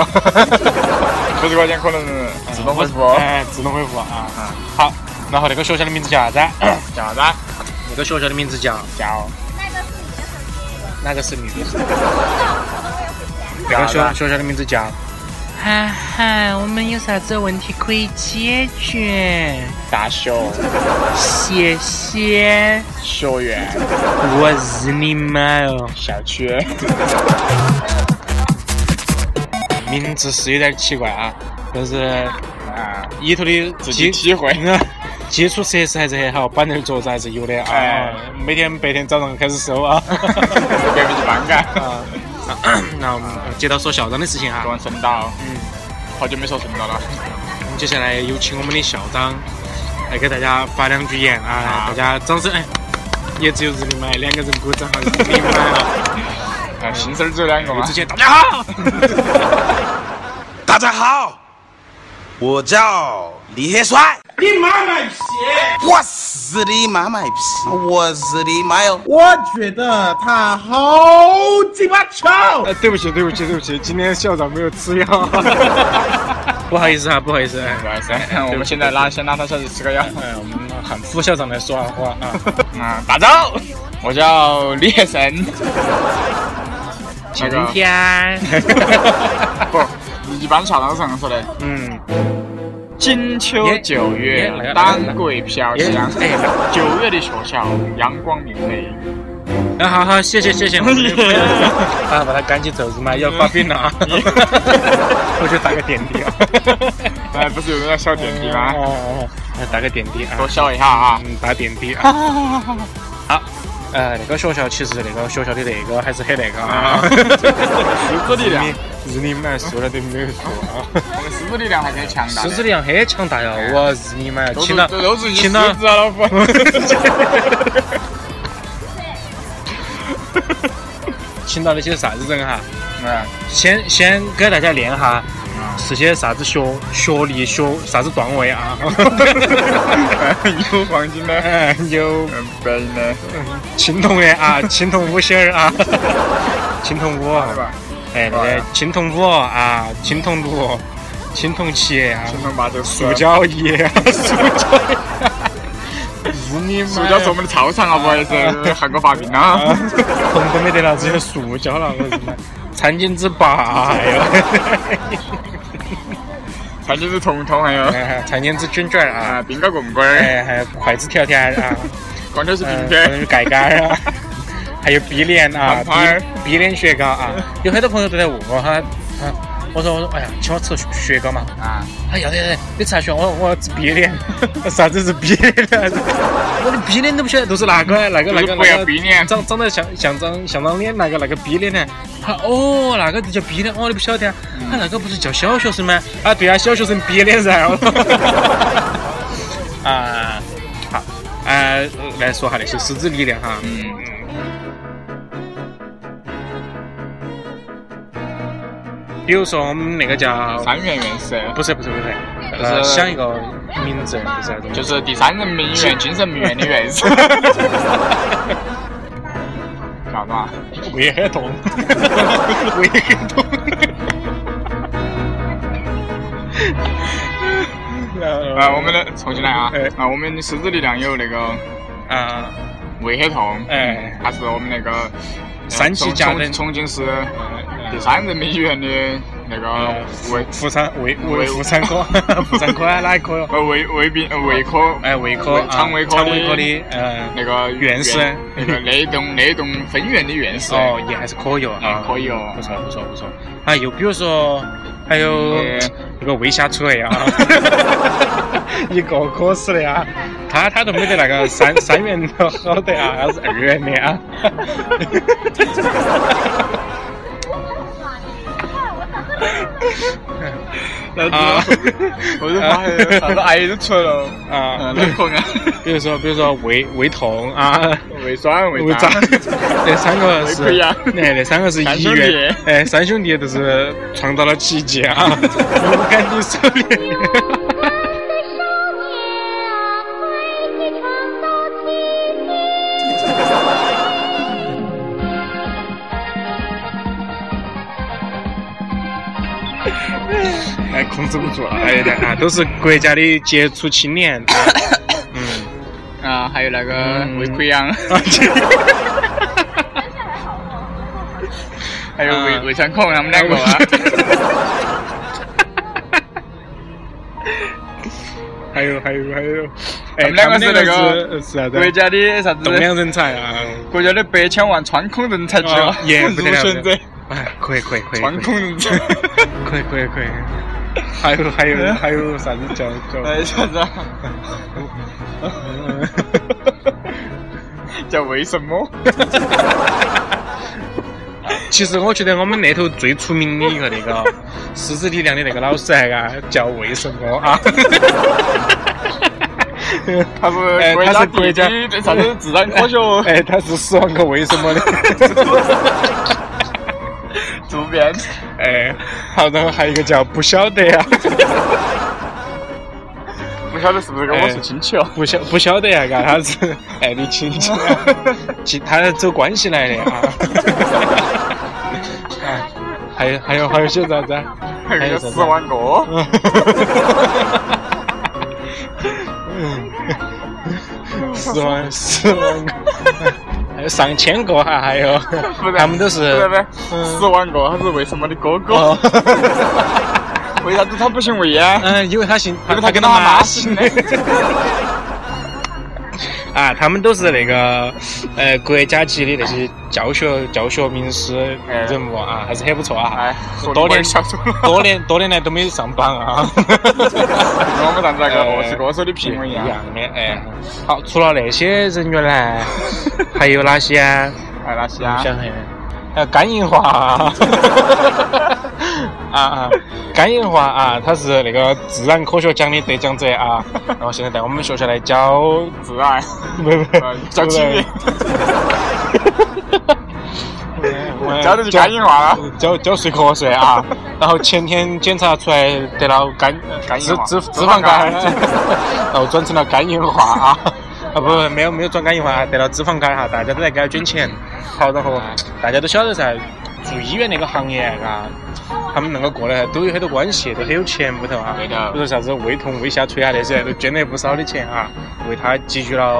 Speaker 2: 五十块钱可能自动回复，
Speaker 3: 哎，自动回复啊
Speaker 2: 嗯。
Speaker 3: 好，然后那个学校的名字叫啥子？
Speaker 2: *coughs* 叫啥子？
Speaker 3: 那个学校的名字叫叫。那个是女的手机。那个是女的手机。那个学学校的名字叫。哈哈，我们有啥子问题可以解决？
Speaker 2: 大学
Speaker 3: 谢谢，
Speaker 2: 学院
Speaker 3: 我日你妈哦！
Speaker 2: 校区，
Speaker 3: 名字是有点奇怪啊，但是
Speaker 2: 啊，
Speaker 3: 里头的
Speaker 2: 自己体
Speaker 3: *laughs*
Speaker 2: 会。
Speaker 3: 基础设施还是很好，板凳桌子还是有的啊
Speaker 2: 哎。
Speaker 3: 每天白天早上开始收啊。
Speaker 2: 隔壁就搬干，
Speaker 3: 啊， *laughs* 那我们接到说校长的事情啊。
Speaker 2: 说顺道，
Speaker 3: 嗯，
Speaker 2: 好久没说顺道了。
Speaker 3: 我们接下来有请我们的校长来给大家发两句言啊，
Speaker 2: 好
Speaker 3: 大家掌声哎！也只有日你妈两个人鼓掌，日你妈啊！
Speaker 2: 啊，新生儿只有两个
Speaker 3: 我
Speaker 2: 嘛
Speaker 3: 之。前大家好，
Speaker 7: *laughs* 大家好，我叫李黑帅。你妈卖批！我是你妈卖批！我是你妈哟！
Speaker 8: 呃，对不起，对不起，对不起，今天校长没有吃药。
Speaker 7: *laughs*
Speaker 3: 不好意思啊，不好意思，哎
Speaker 2: 不好意思， *laughs* 我们现在拉先拉他下去吃个药。
Speaker 3: 哎，我们喊副校长来说下话啊。
Speaker 2: *laughs* 啊，大家好，我叫李先生。那个
Speaker 8: *laughs*
Speaker 3: 天，
Speaker 2: *laughs* 不，一般校长是这样说的：
Speaker 3: 嗯，
Speaker 2: 金秋九月，丹桂飘香。哎九月的学校，阳光明媚。
Speaker 3: 那哎好好，谢谢谢 *laughs* 谢，啊，把他赶紧走，日 *laughs* 妈要发病了啊！我去打个点 *laughs* 滴啊，
Speaker 2: 哎，不是有那个小电梯吗？
Speaker 3: 哦，哦哦打个点滴啊
Speaker 2: 多。笑一下啊！
Speaker 3: 嗯，打点滴啊。 *laughs* 好，呃，那个学校其实那个学校的那个还是很那个啊，
Speaker 2: 师资力量，
Speaker 3: 日 *laughs* 你妈说了都没有说 *laughs* 啊，
Speaker 2: 我们师资力量还是很强大的。
Speaker 3: 师资力量很强大呀，我日你妈，
Speaker 2: 都是
Speaker 3: 请到
Speaker 2: 都都是你
Speaker 3: 请到
Speaker 2: 师资啊，老夫。 *laughs*
Speaker 3: 请到那些啥子人哈，
Speaker 2: 嗯，
Speaker 3: 先先给大家练一下。是些啥子学学历学啥子段位啊？ *laughs*
Speaker 2: 有黄金的，
Speaker 3: 哎有
Speaker 2: 嗯，白银的，
Speaker 3: 青铜的啊，青铜五星儿啊，青铜五
Speaker 2: 对吧？
Speaker 3: 哎，那个青铜五啊，青铜六，青铜七啊，
Speaker 2: 青铜八九四
Speaker 3: 塑，胶椅，塑胶椅，日你妈！
Speaker 2: 塑胶是我们的操场啊，不好意思，韩国发病
Speaker 3: 啊
Speaker 2: 啊。，
Speaker 3: 碰都没得了，只有塑胶了，我日妈！餐巾纸八，哎呦，
Speaker 2: 餐巾是彤彤，还有
Speaker 3: 哎餐巾纸卷卷儿啊
Speaker 2: 啊，，冰糕棍棍儿，
Speaker 3: 哎，还有筷子条条儿啊，
Speaker 2: 光头是
Speaker 3: 嗯
Speaker 2: 冰，
Speaker 3: 还有
Speaker 2: 墩
Speaker 3: 盖盖儿啊。 *laughs* 还有碧莲啊，
Speaker 2: 棒棒儿
Speaker 3: 碧碧莲雪糕啊，有很多朋友都在问我哈，啊我说我说，哎呀，请我吃个雪雪糕嘛，
Speaker 2: 啊，
Speaker 3: 哎要得要得，你查询我我要吃逼脸，啥子是啊逼脸呢？我的逼脸都不晓得，都是那个啊那个那
Speaker 2: 就是
Speaker 3: 个
Speaker 2: 不
Speaker 3: 那
Speaker 2: 要
Speaker 3: 个
Speaker 2: 逼脸，
Speaker 3: 长长得像像张像张脸那个那个逼脸呢？他哦，那个就叫逼脸，哦你不晓得啊？
Speaker 2: 嗯
Speaker 3: 他那个不是叫小学生吗？啊对啊，小学生逼脸噻。 *laughs*
Speaker 1: 啊
Speaker 3: 啊，好，呃，来说下那些师资力量哈。
Speaker 2: 嗯，
Speaker 1: 比如说我们那个叫，
Speaker 2: 三元院士，
Speaker 1: 不是不是不是，
Speaker 2: 就是
Speaker 1: 呃，想一个名字，不是啊
Speaker 2: 就。是第三人民医院精神病院的院士。干嘛？
Speaker 3: 胃很痛，胃
Speaker 1: *laughs*
Speaker 3: 很痛。
Speaker 2: 啊，我们的重新来啊
Speaker 3: 哎！
Speaker 2: 啊，我们狮子力量有那个
Speaker 3: 啊，
Speaker 2: 胃很痛，
Speaker 3: 哎，
Speaker 2: 他是我们那个呃
Speaker 3: 三级
Speaker 2: 重
Speaker 3: 甲
Speaker 2: 重
Speaker 3: 人
Speaker 2: 重庆市第三人民医院的那个胃
Speaker 3: 妇产胃
Speaker 2: 胃
Speaker 3: 胃妇产
Speaker 2: *laughs*
Speaker 3: 科，妇产科啊哪一科哟？
Speaker 2: 呃胃胃病呃胃科
Speaker 3: 哎，胃科
Speaker 2: 胃，肠胃科
Speaker 3: 啊肠胃科的，嗯，
Speaker 2: 那个
Speaker 3: 院士
Speaker 2: 那
Speaker 3: *laughs*
Speaker 2: 个那栋那栋分院的院士
Speaker 3: 哦，也还是可以哦，
Speaker 2: 哎
Speaker 3: 啊，
Speaker 2: 可以哦
Speaker 3: 不错不错不错。啊，又比如说，还有
Speaker 2: 哎
Speaker 3: 一个胃下垂
Speaker 2: *laughs*
Speaker 3: 啊， *laughs* 一个科室的啊，他他都没得那
Speaker 2: *laughs*
Speaker 3: 个三三元的好的啊，他是二元的啊。啊
Speaker 2: 啊，我就发现啥子癌都出来了
Speaker 3: 啊
Speaker 2: 脑壳癌、
Speaker 3: 比如说，比如说胃胃痛啊，
Speaker 2: 胃酸、
Speaker 3: 胃胀
Speaker 2: 胀，，
Speaker 3: *laughs* 这三个是，
Speaker 2: 胃溃
Speaker 3: *laughs*
Speaker 2: 疡
Speaker 3: 哎，这三个是
Speaker 2: 啊三
Speaker 3: 医
Speaker 2: 兄弟
Speaker 3: 院，哎，三兄弟都是创造了奇迹
Speaker 2: *laughs*
Speaker 3: 啊，不敢你手里。 *laughs* 哎，控制不住了，哎有点啊，都是国家的杰出青年，嗯，
Speaker 2: 啊，还有那个
Speaker 3: 嗯
Speaker 2: 胃溃疡，
Speaker 3: 啊这
Speaker 2: 还有胃
Speaker 3: 嗯
Speaker 2: 胃穿孔，他们两个啊，
Speaker 3: 还有还有还有，
Speaker 2: 他
Speaker 3: 哎，
Speaker 2: 们两个是那
Speaker 3: 个
Speaker 2: 个
Speaker 3: 是啥子？
Speaker 2: *laughs* 国家的啥子
Speaker 3: 栋梁人才
Speaker 2: *laughs*
Speaker 3: 啊！
Speaker 2: 国家的百千万穿孔人才计划
Speaker 3: 啊，也不
Speaker 2: 入
Speaker 3: 得
Speaker 2: *laughs*
Speaker 3: 了
Speaker 2: 选者，
Speaker 3: 哎，可以可以可以，
Speaker 2: 穿孔人才，
Speaker 3: 可以可以可 *laughs* 以。还有还
Speaker 2: *laughs*
Speaker 3: 有还有啥子叫叫？
Speaker 2: 哎，啥
Speaker 3: *laughs*
Speaker 2: 子啊？叫为什么？
Speaker 3: 其实我觉得我们那头最出名的一个那 *laughs* 个狮子力量的那个老师还啊叫为什么啊？
Speaker 2: 他是
Speaker 3: 哎
Speaker 2: 国
Speaker 3: 他
Speaker 2: 家
Speaker 3: 是国
Speaker 2: 地
Speaker 3: 家
Speaker 2: 理啥子自然科学
Speaker 3: *laughs* 哎，他是十万个为什么的。
Speaker 2: 主编，
Speaker 3: *laughs* 哎，好，然后还有一个叫不晓得 *laughs* 啊，
Speaker 2: 不晓得是不是跟我是亲戚哦？
Speaker 3: 不晓不晓得啊，嘎，他是 *laughs* 哎你亲戚啊，其他是走关系来的 *laughs* 啊。哎还有还有还有些啥子啊？
Speaker 2: *laughs* 还
Speaker 3: 还
Speaker 2: 有
Speaker 3: 有
Speaker 2: 个
Speaker 3: 啥
Speaker 2: 四
Speaker 3: 子啊？
Speaker 2: 万个。
Speaker 3: 十万十万个，啊 *laughs* 还有上千个哈，还 *laughs* 有
Speaker 2: 不是，
Speaker 3: 他们都
Speaker 2: 不
Speaker 3: 是
Speaker 2: 是不是
Speaker 3: 嗯
Speaker 2: 十万个，他是为什么的哥哥
Speaker 3: 哦？
Speaker 2: *laughs* 为啥子他不姓魏啊？
Speaker 3: 嗯，因为他姓，
Speaker 2: 因为他跟
Speaker 3: 他
Speaker 2: 他妈
Speaker 3: 姓
Speaker 2: 姓的。
Speaker 3: *laughs* 啊，他们都是那个呃国家级的那些教学教学名师
Speaker 2: 哎
Speaker 3: 人物啊，还是很不错啊
Speaker 2: 哎，，说
Speaker 3: 多
Speaker 2: 得
Speaker 3: 年
Speaker 2: 我笑出来
Speaker 3: *laughs* 多年多年来都没有上榜
Speaker 2: *laughs*
Speaker 3: 啊。
Speaker 2: 跟
Speaker 3: 嗯
Speaker 2: 我们上次那个二十歌手的评啊论一
Speaker 3: 一
Speaker 2: 样。
Speaker 3: 样的，哎，好，除了那些人员呢，还有哪些啊？
Speaker 2: 哎，那些啊，
Speaker 3: 想想，还有甘银华啊，啊啊，甘银华啊，他是那个自然科学奖的得奖者啊，然后现在在我们学校来教，
Speaker 2: 自
Speaker 3: *laughs*
Speaker 2: 然，
Speaker 3: 不不
Speaker 2: 呃，教体
Speaker 3: *laughs*
Speaker 2: 育，教的是
Speaker 3: 教
Speaker 2: 肝硬化了。
Speaker 3: 教教睡瞌睡啊，然后前天检查出来得了肝
Speaker 2: 肝
Speaker 3: 脂
Speaker 2: 硬化
Speaker 3: 脂
Speaker 2: 脂
Speaker 3: 脂肪
Speaker 2: 肪
Speaker 3: 肝
Speaker 2: 肝，
Speaker 3: 然后转成了肝硬化啊。啊不不没有没有转肝硬化，啊得了脂肪肝哈，大家都在给他捐钱。好，然后大家都晓得噻，做医院那个行业啊，他们能够过来都有很多关系，都很有钱屋头啊。
Speaker 2: 对的
Speaker 3: 比如啥子胃痛、胃下垂啊那些，都捐了不少的钱啊，为他积聚了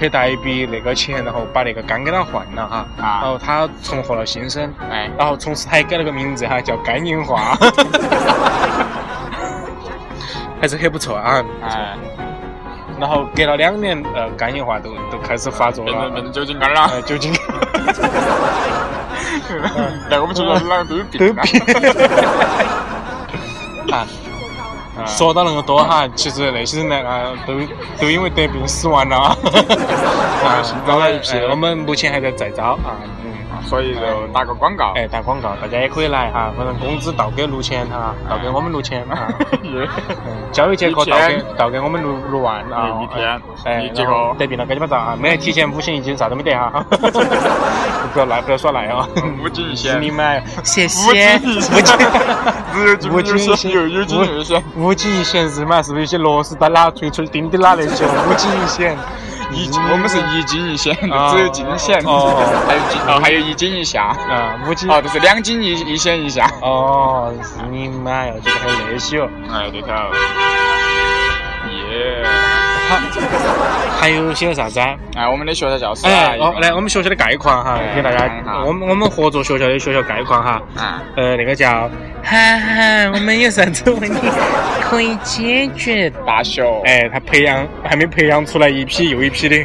Speaker 3: 很大一笔那个钱，然后把那个肝给他换了哈，
Speaker 2: 啊
Speaker 3: 然后他重获了新生。
Speaker 2: 哎，
Speaker 3: 然后从此他还改了个名字哈，叫肝硬化， *laughs* 还是很不错啊。
Speaker 2: 哎，
Speaker 3: 然后隔了两年，呃，肝硬化都都开始发作
Speaker 2: 变成变
Speaker 3: 了
Speaker 2: 成，酒精肝了
Speaker 3: 呃，。酒精
Speaker 2: *laughs* 来，我们学校那都有
Speaker 3: 都有
Speaker 2: 病啊。
Speaker 3: 病啊。
Speaker 2: 啊
Speaker 3: 说到那么多哈，其实那些人呢，啊，都都因为得
Speaker 2: *laughs*
Speaker 3: 病死亡了啊。啊
Speaker 2: 新招了一批
Speaker 3: 哎呃我们目前还在再招啊，嗯，
Speaker 2: 所以就打个广告。
Speaker 3: 哎，打广告，大家也可以来哈，反正工资倒给六千哈，
Speaker 2: 啊
Speaker 3: 倒给我们六千哈。嗯交易结果倒
Speaker 2: 一
Speaker 3: 给
Speaker 2: 天
Speaker 3: 倒给我们六六万啊！
Speaker 2: 一天
Speaker 3: 哎，
Speaker 2: 一结
Speaker 3: 然后
Speaker 2: 果
Speaker 3: 得病了该鸡巴照啊！没得提前五险一金，啥都没得
Speaker 2: *laughs*
Speaker 3: 哈！ *laughs* 不要赖，不要耍赖啊！
Speaker 2: 五金一
Speaker 3: 是
Speaker 2: 险，
Speaker 3: 你买
Speaker 1: 谢
Speaker 2: 五
Speaker 1: 谢。
Speaker 2: 金一
Speaker 3: 五
Speaker 2: 险
Speaker 3: 金， *laughs*
Speaker 2: 只有金
Speaker 3: 五
Speaker 2: 有
Speaker 3: 金一
Speaker 2: 险，有有金有险
Speaker 3: 险，，五五金一险日嘛，是不是有些螺丝钉啦、锤锤、钉钉啦那些？五金一险，
Speaker 2: 一金我们是一金一险，
Speaker 3: 哦
Speaker 2: 只有金险，
Speaker 3: 哦
Speaker 2: 还有金哦，还有一金一下，
Speaker 3: 啊，五金
Speaker 2: 哦，就是两金一一险一下。
Speaker 3: 哦，是你妈哟，这个还有那些哦，
Speaker 2: 哎，对头。耶！
Speaker 3: 还有些啥子啊？
Speaker 2: 哎，我们的学校教师啊，
Speaker 3: 哎，哦，
Speaker 2: 一
Speaker 3: 来我们学校的概况哈，给大
Speaker 2: 哎
Speaker 3: 家，
Speaker 2: 好
Speaker 3: 我们我们合作学校的学校概况哈，
Speaker 2: 个啊，
Speaker 3: 呃，那个叫，
Speaker 1: 哈哈，我们有啥子问题可以解决的？
Speaker 2: 大学，
Speaker 3: 哎，他培养还没培养出来一批又一
Speaker 2: *laughs*
Speaker 3: 批的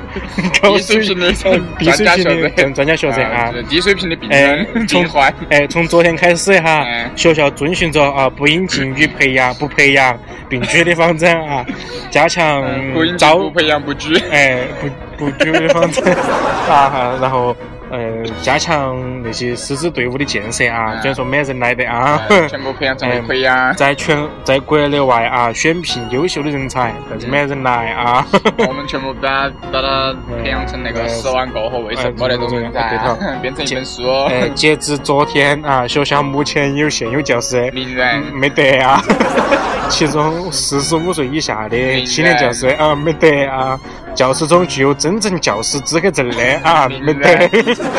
Speaker 3: 高
Speaker 2: 低
Speaker 3: 水
Speaker 2: 水平的
Speaker 3: 呃低
Speaker 2: 专
Speaker 3: 水
Speaker 2: 家
Speaker 3: 平
Speaker 2: 学
Speaker 3: 的
Speaker 2: 生，
Speaker 3: 专家学生啊
Speaker 2: 就是。低水平的病
Speaker 3: 哎
Speaker 2: 人，
Speaker 3: 从
Speaker 2: 病患，
Speaker 3: 哎从昨天开始哈
Speaker 2: 哎，
Speaker 3: 学校遵循着啊不引进与培养不培养并举的方针
Speaker 2: *laughs*
Speaker 3: 啊，加强
Speaker 2: 嗯 *laughs* 不应
Speaker 3: 招
Speaker 2: 不培养不举，
Speaker 3: 哎，不不纠的方针 *laughs* 啊，然后呃，加强那些师资队伍的建设啊，
Speaker 2: 哎
Speaker 3: 虽然说没人来的啊，。
Speaker 2: 哎 *laughs* 全部培养成为培养
Speaker 3: 在全在国内外啊，选聘优秀的人才，但是没人来啊。
Speaker 2: 我们全部把把它培养成那个
Speaker 3: 哎
Speaker 2: 十万过后为什么那种人才
Speaker 3: 哎对头，
Speaker 2: 变成一本书，
Speaker 3: *laughs*
Speaker 2: 哦
Speaker 3: 呃，截至昨天啊，学校目前有现有教师
Speaker 2: 名人
Speaker 3: 没得啊， *laughs* 其中四十五岁以下的
Speaker 2: 明
Speaker 3: 青年教师啊没得啊，教师中具有真正教师资格证的啊
Speaker 2: 明
Speaker 3: 没得， *laughs*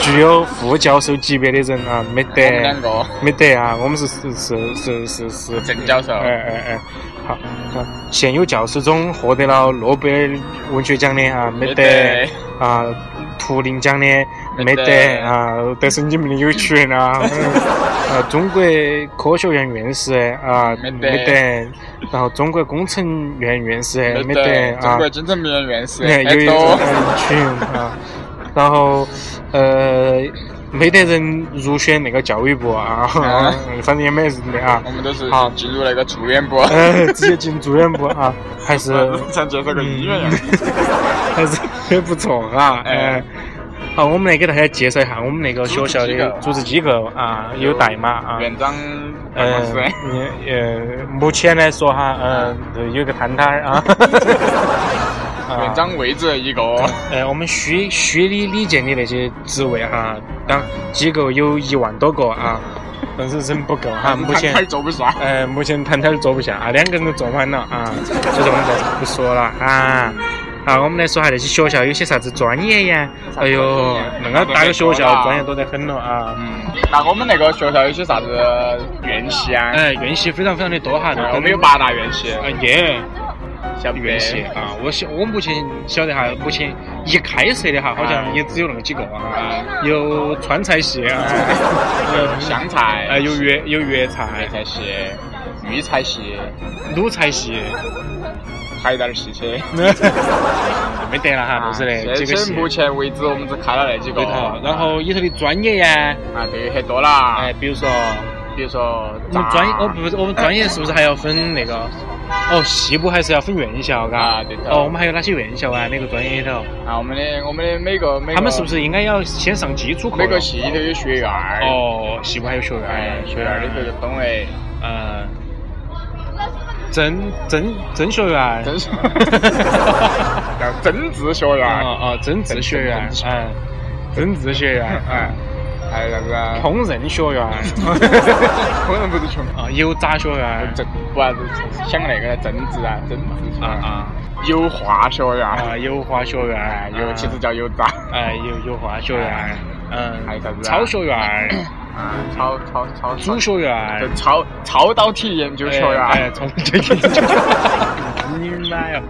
Speaker 3: 具有副教授级别的人啊没
Speaker 2: 我们
Speaker 3: 得
Speaker 2: 两个，
Speaker 3: 没得啊，我们是是是是是是
Speaker 2: 郑教授
Speaker 3: 哎，哎哎，好，好现有教师中获得了诺贝尔文学奖的啊没
Speaker 2: 没
Speaker 3: 得
Speaker 2: 得
Speaker 3: 啊，图灵奖的没
Speaker 2: 没得
Speaker 3: 得啊，得神经病的有
Speaker 2: *laughs*
Speaker 3: 权啊，嗯啊，中国科学院院士啊
Speaker 2: 没得
Speaker 3: 没得，然后中国工程院院士没得
Speaker 2: 中
Speaker 3: 啊
Speaker 2: 国，金城病院士，
Speaker 3: 哎
Speaker 2: 哎
Speaker 3: 有一
Speaker 2: 都
Speaker 3: 呃一群啊，然后呃。没得人入选那个教育部啊，
Speaker 2: 啊
Speaker 3: 反正也没人的啊
Speaker 2: 我，们都是
Speaker 3: 好
Speaker 2: 进入那个住院部，
Speaker 3: 呃，直接进住院部啊，
Speaker 2: *laughs*
Speaker 3: 还是
Speaker 2: 像介绍个医院一样。
Speaker 3: 还是很不错啊，哎
Speaker 2: 哎。
Speaker 3: 好，我们来给大家介绍一下我们那个学校的
Speaker 2: 组
Speaker 3: 组织机构啊，有代码啊。
Speaker 2: 院长办
Speaker 3: 呃
Speaker 2: 公室，
Speaker 3: 呃，目前来说哈，嗯、呃，有个摊摊儿 *laughs* 啊。啊
Speaker 2: 院长位置一个，
Speaker 3: 呃，我们虚虚拟理解的那些职位哈，当机构有一万多个啊，但是人不够哈，目前
Speaker 2: 还坐不下。
Speaker 3: 呃，目前摊摊儿坐不下啊，两个人都坐满了啊，所以说我们暂时不说了啊。好，我们来说下那些学校有些啥子专业呀？哎呦，恁个大个学校专业多得很了啊！
Speaker 2: 嗯，那我们那个学校有些啥子院系啊？
Speaker 3: 哎，院系非常非常的多哈，
Speaker 2: 哎我们有八大院系，
Speaker 3: 啊耶，
Speaker 2: 小
Speaker 3: 院系啊，我晓我目前晓得哈，目前一开设的哈，好像也只有那么几个啊，有川菜系啊，
Speaker 2: 湘菜，
Speaker 3: 啊有粤有粤
Speaker 2: 呃粤
Speaker 3: 菜、
Speaker 2: 菜系、豫菜系，
Speaker 3: 鲁菜
Speaker 2: *laughs*
Speaker 3: 系，
Speaker 2: 还有点儿细些。
Speaker 3: 没得了哈，就是
Speaker 2: 啊
Speaker 3: 的几
Speaker 2: 这些
Speaker 3: 个系。
Speaker 2: 目前为止我们只开了那几个
Speaker 3: 对，头，然后里头的专业呀，
Speaker 2: 啊，这有很多啦，
Speaker 3: 哎，比如说
Speaker 2: 比如说
Speaker 3: 我们专业，哦，不是我们专业是不是还要分那个？哦，系部还是要分院校，嘎。
Speaker 2: 啊对头
Speaker 3: 哦，我们还有哪些院校啊？哪个专业里头？
Speaker 2: 啊，我们的我们的每个每个
Speaker 3: 他们是不是应该要先上基础课？
Speaker 2: 每个系里头有学院儿？
Speaker 3: 哦，系部还有学
Speaker 2: 哎
Speaker 3: 院，，
Speaker 2: 学院儿里头就分为
Speaker 3: 呃，真真真学院。 *laughs*
Speaker 2: 真是
Speaker 3: 哦
Speaker 2: 叫政治学院儿，
Speaker 3: *laughs* 哦，真治学院，嗯，真治学院，
Speaker 2: 哎，还有啥
Speaker 3: *laughs*
Speaker 2: 子？
Speaker 3: 烹饪
Speaker 2: *laughs*
Speaker 3: 学院，
Speaker 2: 可能不是穷，
Speaker 3: 啊，油炸学院，
Speaker 2: 政不还是想那个政治啊，政治学院，
Speaker 3: 啊啊。
Speaker 2: 油画学院儿，
Speaker 3: 啊，油画学院，
Speaker 2: 油其实叫油炸，
Speaker 3: 哎，油油画学院，嗯，
Speaker 2: 还有啥子啊
Speaker 3: 草学
Speaker 2: *coughs*
Speaker 3: 院，
Speaker 2: 啊，超超超
Speaker 3: 主学
Speaker 2: 就
Speaker 3: 院，
Speaker 2: 超超导体研究学院
Speaker 3: 哎哎，
Speaker 2: 儿，
Speaker 3: 从这
Speaker 2: *laughs*
Speaker 3: 个，你妈呀！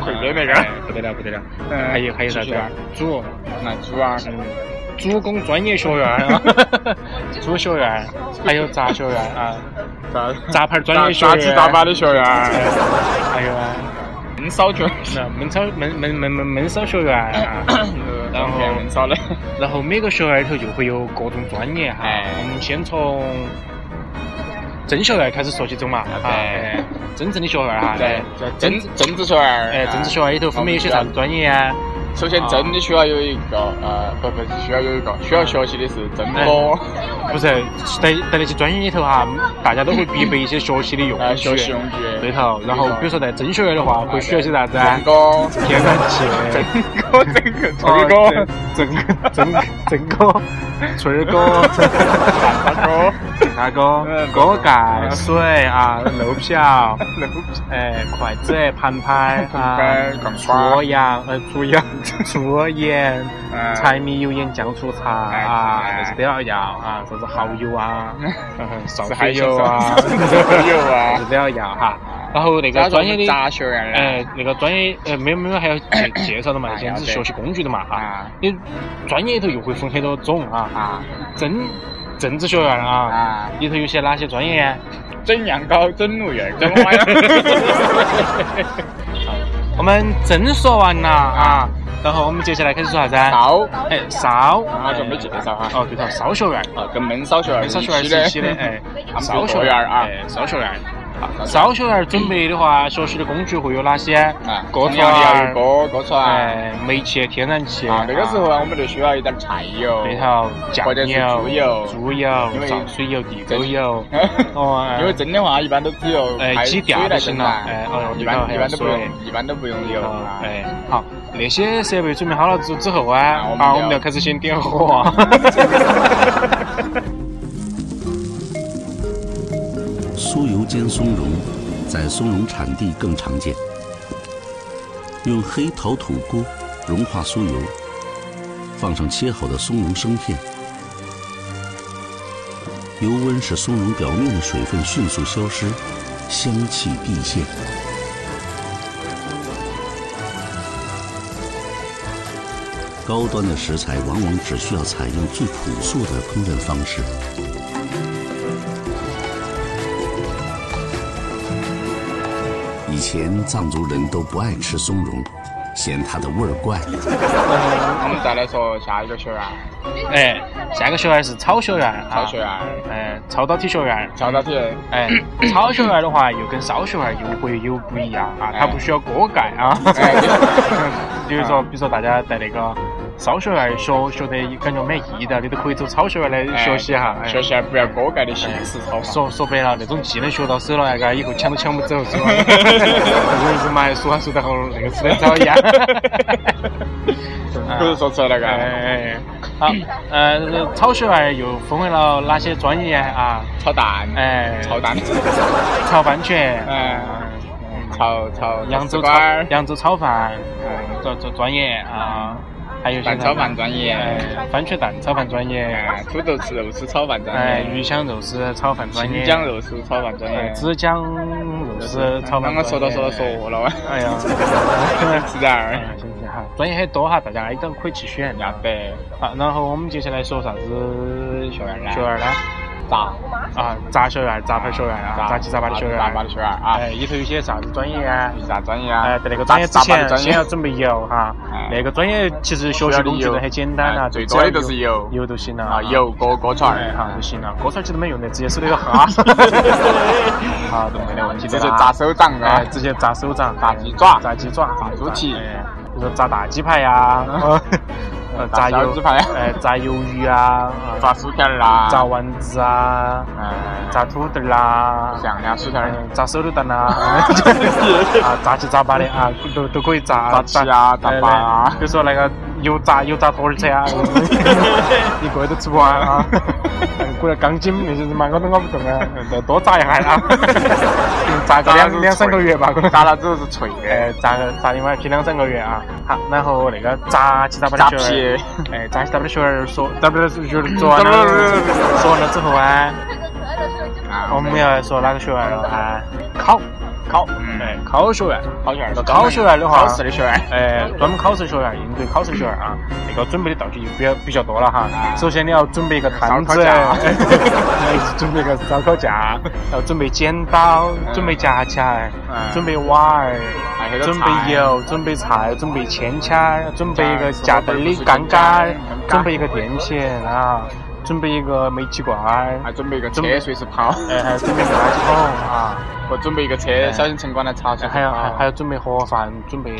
Speaker 2: 会的那个
Speaker 3: 哎不得了不得了，
Speaker 2: 嗯
Speaker 3: 还有还有啥子啊？主，
Speaker 2: 那主啊，
Speaker 3: 嗯，主攻专业学
Speaker 2: *laughs*
Speaker 3: 院啊，主学院，还有杂
Speaker 2: *laughs*
Speaker 3: 学院啊，
Speaker 2: 啥
Speaker 3: 杂牌专业学
Speaker 2: 杂七
Speaker 3: 院，
Speaker 2: 杂八的学院
Speaker 3: 哎
Speaker 2: 儿，
Speaker 3: 还有啊，
Speaker 2: 很少就，
Speaker 3: 那闷草闷闷闷闷闷骚学院啊，
Speaker 2: *coughs*
Speaker 3: 然后
Speaker 2: 很少的。
Speaker 3: 然后每个学院里头就会有各种专业哈。
Speaker 2: 哎
Speaker 3: 我们先从真学院开始说起走嘛。啊，
Speaker 2: 对
Speaker 3: 哎真正的学院哈。
Speaker 2: 对
Speaker 3: 哎，
Speaker 2: 政政治学院儿，哎
Speaker 3: 哎，政治学院里头分别有些啥子专业啊？
Speaker 2: 首先真的需要有一个呃，不不需要有一个需要学习的是真的
Speaker 3: 不是，在在那些专业里头哈，大家都会必备一些学习的用
Speaker 2: 呃
Speaker 3: 具，
Speaker 2: 学习用具
Speaker 3: 对头。然后比如说在真学院的话，会学习啥子啊
Speaker 2: 真？
Speaker 3: *laughs*
Speaker 2: 哥，
Speaker 3: 天然气。
Speaker 2: *laughs* 哥这个这 *laughs* 个
Speaker 3: 真真真哥，春
Speaker 2: *laughs*
Speaker 3: 儿哥，
Speaker 2: 哥，
Speaker 3: 大哥，
Speaker 2: 嗯
Speaker 3: 锅盖、水啊，漏瓢，哎，筷子、盘拍 *laughs* 啊，搓羊，呃，猪 *laughs* 羊，猪盐，柴米油盐酱醋茶啊，但是都要要啊，啥子蚝油啊，
Speaker 2: *laughs*
Speaker 3: 烧海油啊，
Speaker 2: 有
Speaker 3: 啥
Speaker 2: 啊
Speaker 3: 子，
Speaker 2: *laughs*
Speaker 3: 都要要哈。然后哎那个专业的
Speaker 2: 杂学院的，
Speaker 3: 呃，那个专业呃，没有没 *coughs* 有，还要介介绍的嘛，先是学习工具的嘛啊
Speaker 2: 啊。
Speaker 3: 你专业里头又会分很多种啊，
Speaker 2: 啊
Speaker 3: 政政治学院啊，
Speaker 2: 啊，
Speaker 3: 里头有些哪些专业？
Speaker 2: 怎样搞整路院？整歪啊
Speaker 3: 我们真说完了啊，然后我们接下来开始说啥子？
Speaker 2: 烧
Speaker 3: 哎，烧
Speaker 2: 啊就没介绍啊
Speaker 3: 哦，对头，烧学院，
Speaker 2: 啊，跟闷烧学院
Speaker 3: 烧学院
Speaker 2: 是
Speaker 3: 是
Speaker 2: 一
Speaker 3: 一
Speaker 2: 起
Speaker 3: 起
Speaker 2: 的
Speaker 3: 的，， *laughs* 哎，
Speaker 2: 他们
Speaker 3: 烧
Speaker 2: 就
Speaker 3: 学
Speaker 2: 学
Speaker 3: 院
Speaker 2: 院啊
Speaker 3: 哎，烧学院。烧学院准备的话，学习的工具会有哪些？
Speaker 2: 啊，
Speaker 3: 锅
Speaker 2: 锅
Speaker 3: 铲
Speaker 2: 要有锅锅铲啊，
Speaker 3: 哎，煤气、天然气
Speaker 2: 啊，那个时候啊，我们就需要一点菜油，
Speaker 3: 对头，
Speaker 2: 或者是
Speaker 3: 酱油、
Speaker 2: 猪油
Speaker 3: 猪油
Speaker 2: 因为
Speaker 3: 潲水油、地沟油，哦哎
Speaker 2: *laughs* 因为蒸的话，啊一般都只有
Speaker 3: 哎
Speaker 2: 开
Speaker 3: 鸡
Speaker 2: 水
Speaker 3: 吊
Speaker 2: 来
Speaker 3: 就行
Speaker 2: 蒸
Speaker 3: 了
Speaker 2: 啊
Speaker 3: 哎哦
Speaker 2: 一
Speaker 3: 里头
Speaker 2: 般
Speaker 3: 还
Speaker 2: 一
Speaker 3: 有
Speaker 2: 般都不
Speaker 3: 水
Speaker 2: 用，一般都不用油啊。
Speaker 3: 哎，好，那些设备准备好了之之后啊
Speaker 2: 啊我，们
Speaker 3: 啊，
Speaker 2: 要
Speaker 3: 我们要开始先点火。 *laughs*
Speaker 9: 酥油煎松茸在松茸产地更常见，用黑陶土锅融化酥油，放上切好的松茸生片，油温使松茸表面的水分迅速消失，香气毕现。高端的食材往往只需要采用最朴素的烹饪方式。以前藏族人都不爱吃松茸，嫌它的味儿怪。
Speaker 2: 我们再来说下一个学院，
Speaker 3: 哎，下个学院是草学院啊，
Speaker 2: 草学院，
Speaker 3: 哎，超导体学院。
Speaker 2: 跳到体，
Speaker 3: 哎，草学院的话又跟烧学院又会有不一样啊，它不需要锅盖啊。
Speaker 2: 哎
Speaker 3: *laughs* 比如说，比如说大家在那个烧学院学学的感觉没意义的，你都可以走草学院来
Speaker 2: 哎
Speaker 3: 学习哈。哎
Speaker 2: 学习还不要锅盖的形式操嘛。
Speaker 3: 说说白了，那种技能学到手了，那个以后抢都抢不走，是吧？我一直嘛，说还说啊到喉咙那个吃的
Speaker 2: *laughs*
Speaker 3: 早一样。
Speaker 2: 不是说出来那个啊
Speaker 3: 哎，好，呃，草学院又分为了哪些专业啊？
Speaker 2: 炒蛋，
Speaker 3: 哎，
Speaker 2: 炒
Speaker 3: *laughs*
Speaker 2: 蛋，
Speaker 3: 炒番茄，
Speaker 2: 哎，
Speaker 3: 啊
Speaker 2: 炒炒
Speaker 3: 扬州
Speaker 2: 炒
Speaker 3: 炒
Speaker 2: 儿，
Speaker 3: 扬州炒饭，
Speaker 2: 嗯
Speaker 3: 做做专业啊，还有些
Speaker 2: 蛋炒饭专业
Speaker 3: 哎番茄蛋炒饭专业，
Speaker 2: 哎，土豆丝肉丝炒饭专
Speaker 3: 哎，
Speaker 2: 业，
Speaker 3: 鱼香肉丝炒饭专业，
Speaker 2: 新疆肉丝炒饭专
Speaker 3: 哎
Speaker 2: 业，
Speaker 3: 枝江肉丝炒饭专
Speaker 2: 刚
Speaker 3: 业。
Speaker 2: 刚说到说到说了，*laughs*
Speaker 3: 哎呀，
Speaker 2: 是这
Speaker 3: 哎
Speaker 2: 儿，
Speaker 3: 行行哈，专业很多哈，大家挨个可以去选。
Speaker 2: 要得，
Speaker 3: 好，然后我们接下来说啥子
Speaker 2: 学院呢
Speaker 3: 学院呢？
Speaker 2: 炸，
Speaker 3: 啊，杂学院、杂牌学院啊，杂七杂八的学院。
Speaker 2: 杂八的学院啊，
Speaker 3: 哎，里头有些啥子专业啊？
Speaker 2: 有啥专业啊？
Speaker 3: 哎，在那个专业之
Speaker 2: 杂杂八的
Speaker 3: 前，
Speaker 2: 专
Speaker 3: 先要
Speaker 2: 业。
Speaker 3: 准备油哈
Speaker 2: 哎。
Speaker 3: 那个专业其实学习工具都很简单
Speaker 2: 哎
Speaker 3: 啊，
Speaker 2: 最
Speaker 3: 只要
Speaker 2: 多的就是油
Speaker 3: 油就行了
Speaker 2: 啊，油锅锅串
Speaker 3: 哎
Speaker 2: 儿，
Speaker 3: 哈就行了，锅铲起都没用的，直接手里头哈。 *laughs* 好，都没得问题
Speaker 2: 啊直
Speaker 3: 的
Speaker 2: 接
Speaker 3: 啦
Speaker 2: 炸手掌啊
Speaker 3: 哎，，直接炸手掌，
Speaker 2: 炸鸡爪
Speaker 3: 炸鸡爪，
Speaker 2: 炸猪蹄
Speaker 3: 哎比如说炸大鸡
Speaker 2: *laughs*
Speaker 3: 排呀，呃，炸
Speaker 2: 炸小
Speaker 3: 油
Speaker 2: 鸡排
Speaker 3: 哎，炸鱿鱼啊，
Speaker 2: 炸薯条儿啊，
Speaker 3: 炸丸子啊，
Speaker 2: 嗯，
Speaker 3: 炸土豆啦，
Speaker 2: 像两薯条儿，
Speaker 3: 嗯炸手榴弹 *laughs* 啦，啊， *laughs* 杂七杂八的啊，都都可以炸
Speaker 2: 炸鸡啊炸饭啊
Speaker 3: 哎比如说那个油炸油炸土耳 *laughs* 车啊，一个都吃不完 *laughs* 啊。过来钢筋那些人嘛，我都搞不懂啊，再多炸一下 *laughs* 啊，炸个两两三个月 *laughs* 吧，可能
Speaker 2: 炸了之后是脆的，
Speaker 3: 哎，炸个炸另外批两三个月啊，好，然后那个杂七杂八
Speaker 2: 炸
Speaker 3: 的学员
Speaker 2: 皮，，
Speaker 3: 哎，杂七杂八的学员说，杂不杂学做完了，说完了之后啊，
Speaker 2: 啊
Speaker 3: 我们要说哪个学院了啊？考考，
Speaker 2: 嗯
Speaker 3: 哎，考学院，
Speaker 2: 烤卷儿，
Speaker 3: 考学院的话
Speaker 2: 考试的学员，
Speaker 3: 哎，专门考试学院，应对考试学院啊，那个准备的道具就比较比较多了哈。首先你要准备一个摊
Speaker 2: 啊烧烤
Speaker 3: 子，
Speaker 2: 架
Speaker 3: *laughs* 哎准备一个烧烤架，要准备剪刀，
Speaker 2: 嗯
Speaker 3: 准备夹夹
Speaker 2: 嗯，
Speaker 3: 准备碗儿
Speaker 2: 还有，个
Speaker 3: 准
Speaker 2: 菜
Speaker 3: 备油，准备菜，准备签签，准备一个
Speaker 2: 夹
Speaker 3: 夹凳的杠杆
Speaker 2: 什么都不是，
Speaker 3: 准备一个垫片啊，准备一个煤气罐儿，
Speaker 2: 还准备一个
Speaker 3: 准备
Speaker 2: *laughs* 车随时跑，
Speaker 3: 哎，还准备个垃圾桶啊，
Speaker 2: 我准备一个车，小心城管来查出去。
Speaker 3: 哎还要还还
Speaker 2: 有
Speaker 3: 要准备盒饭，准备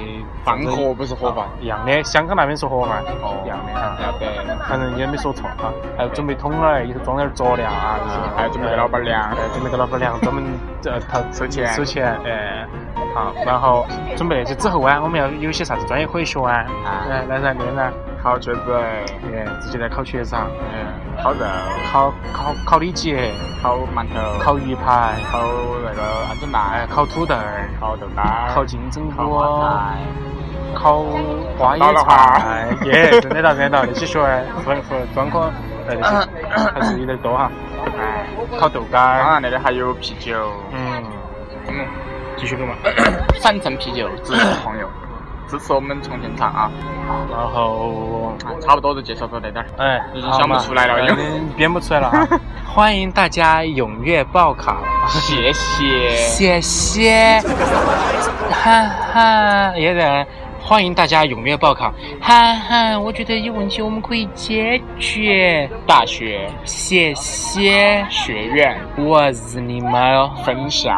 Speaker 2: 饭盒不是盒饭。
Speaker 3: 一样的，香港那边是盒饭，
Speaker 2: 哦
Speaker 3: 一样的啊。
Speaker 2: 要得，
Speaker 3: 反正也没说错啊，还要准备桶儿，里头装点儿佐料啊，
Speaker 2: 还要准备给老板
Speaker 3: 哎
Speaker 2: 娘，
Speaker 3: 准备给老
Speaker 2: *laughs*
Speaker 3: 板娘专门呃掏
Speaker 2: 收钱
Speaker 3: 收钱，哎，好，然后准备那些之后啊，我们要有些啥子专业可以学啊，哎，那然后呢，
Speaker 2: 烤茄子，
Speaker 3: 哎，直接来烤全肠，
Speaker 2: 嗯，烤肉，
Speaker 3: 烤烤烤里脊，
Speaker 2: 烤馒头，
Speaker 3: 烤鱼排，
Speaker 2: 烤那个鹌鹑
Speaker 3: 哎，
Speaker 2: 蛋，
Speaker 3: 烤土豆儿，
Speaker 2: 烤豆干，
Speaker 3: 烤金针
Speaker 2: 烤
Speaker 3: 菇，
Speaker 2: 花菜，
Speaker 3: 烤花
Speaker 2: 烤大
Speaker 3: 椰
Speaker 2: 脑
Speaker 3: 菜
Speaker 2: 花，
Speaker 3: 耶，真的到真的哎到，那些学分分专科，呃，那些还是有点多哈，哎，烤豆干
Speaker 2: 当
Speaker 3: 儿，
Speaker 2: 然那里还有啤酒，
Speaker 3: 嗯，
Speaker 2: 嗯，
Speaker 3: 继续录嘛。
Speaker 2: 三层啤酒，支持朋友，支持我们重庆厂啊！
Speaker 3: 然后，
Speaker 2: 啊差不多就介绍到这点儿。
Speaker 3: 哎，
Speaker 2: 已经
Speaker 3: 好
Speaker 2: 想不
Speaker 3: 嘛
Speaker 2: 出来了又
Speaker 3: 嗯编不出来了啊！ *laughs* 欢迎大家踊跃报考，
Speaker 2: 谢谢，
Speaker 3: 谢谢，哈哈，也得欢迎大家踊跃报考，哈哈，我觉得有问题我们可以解决，
Speaker 2: 大学
Speaker 3: 谢谢，
Speaker 2: 学院
Speaker 3: 哦我日你妈哟！
Speaker 2: 分校。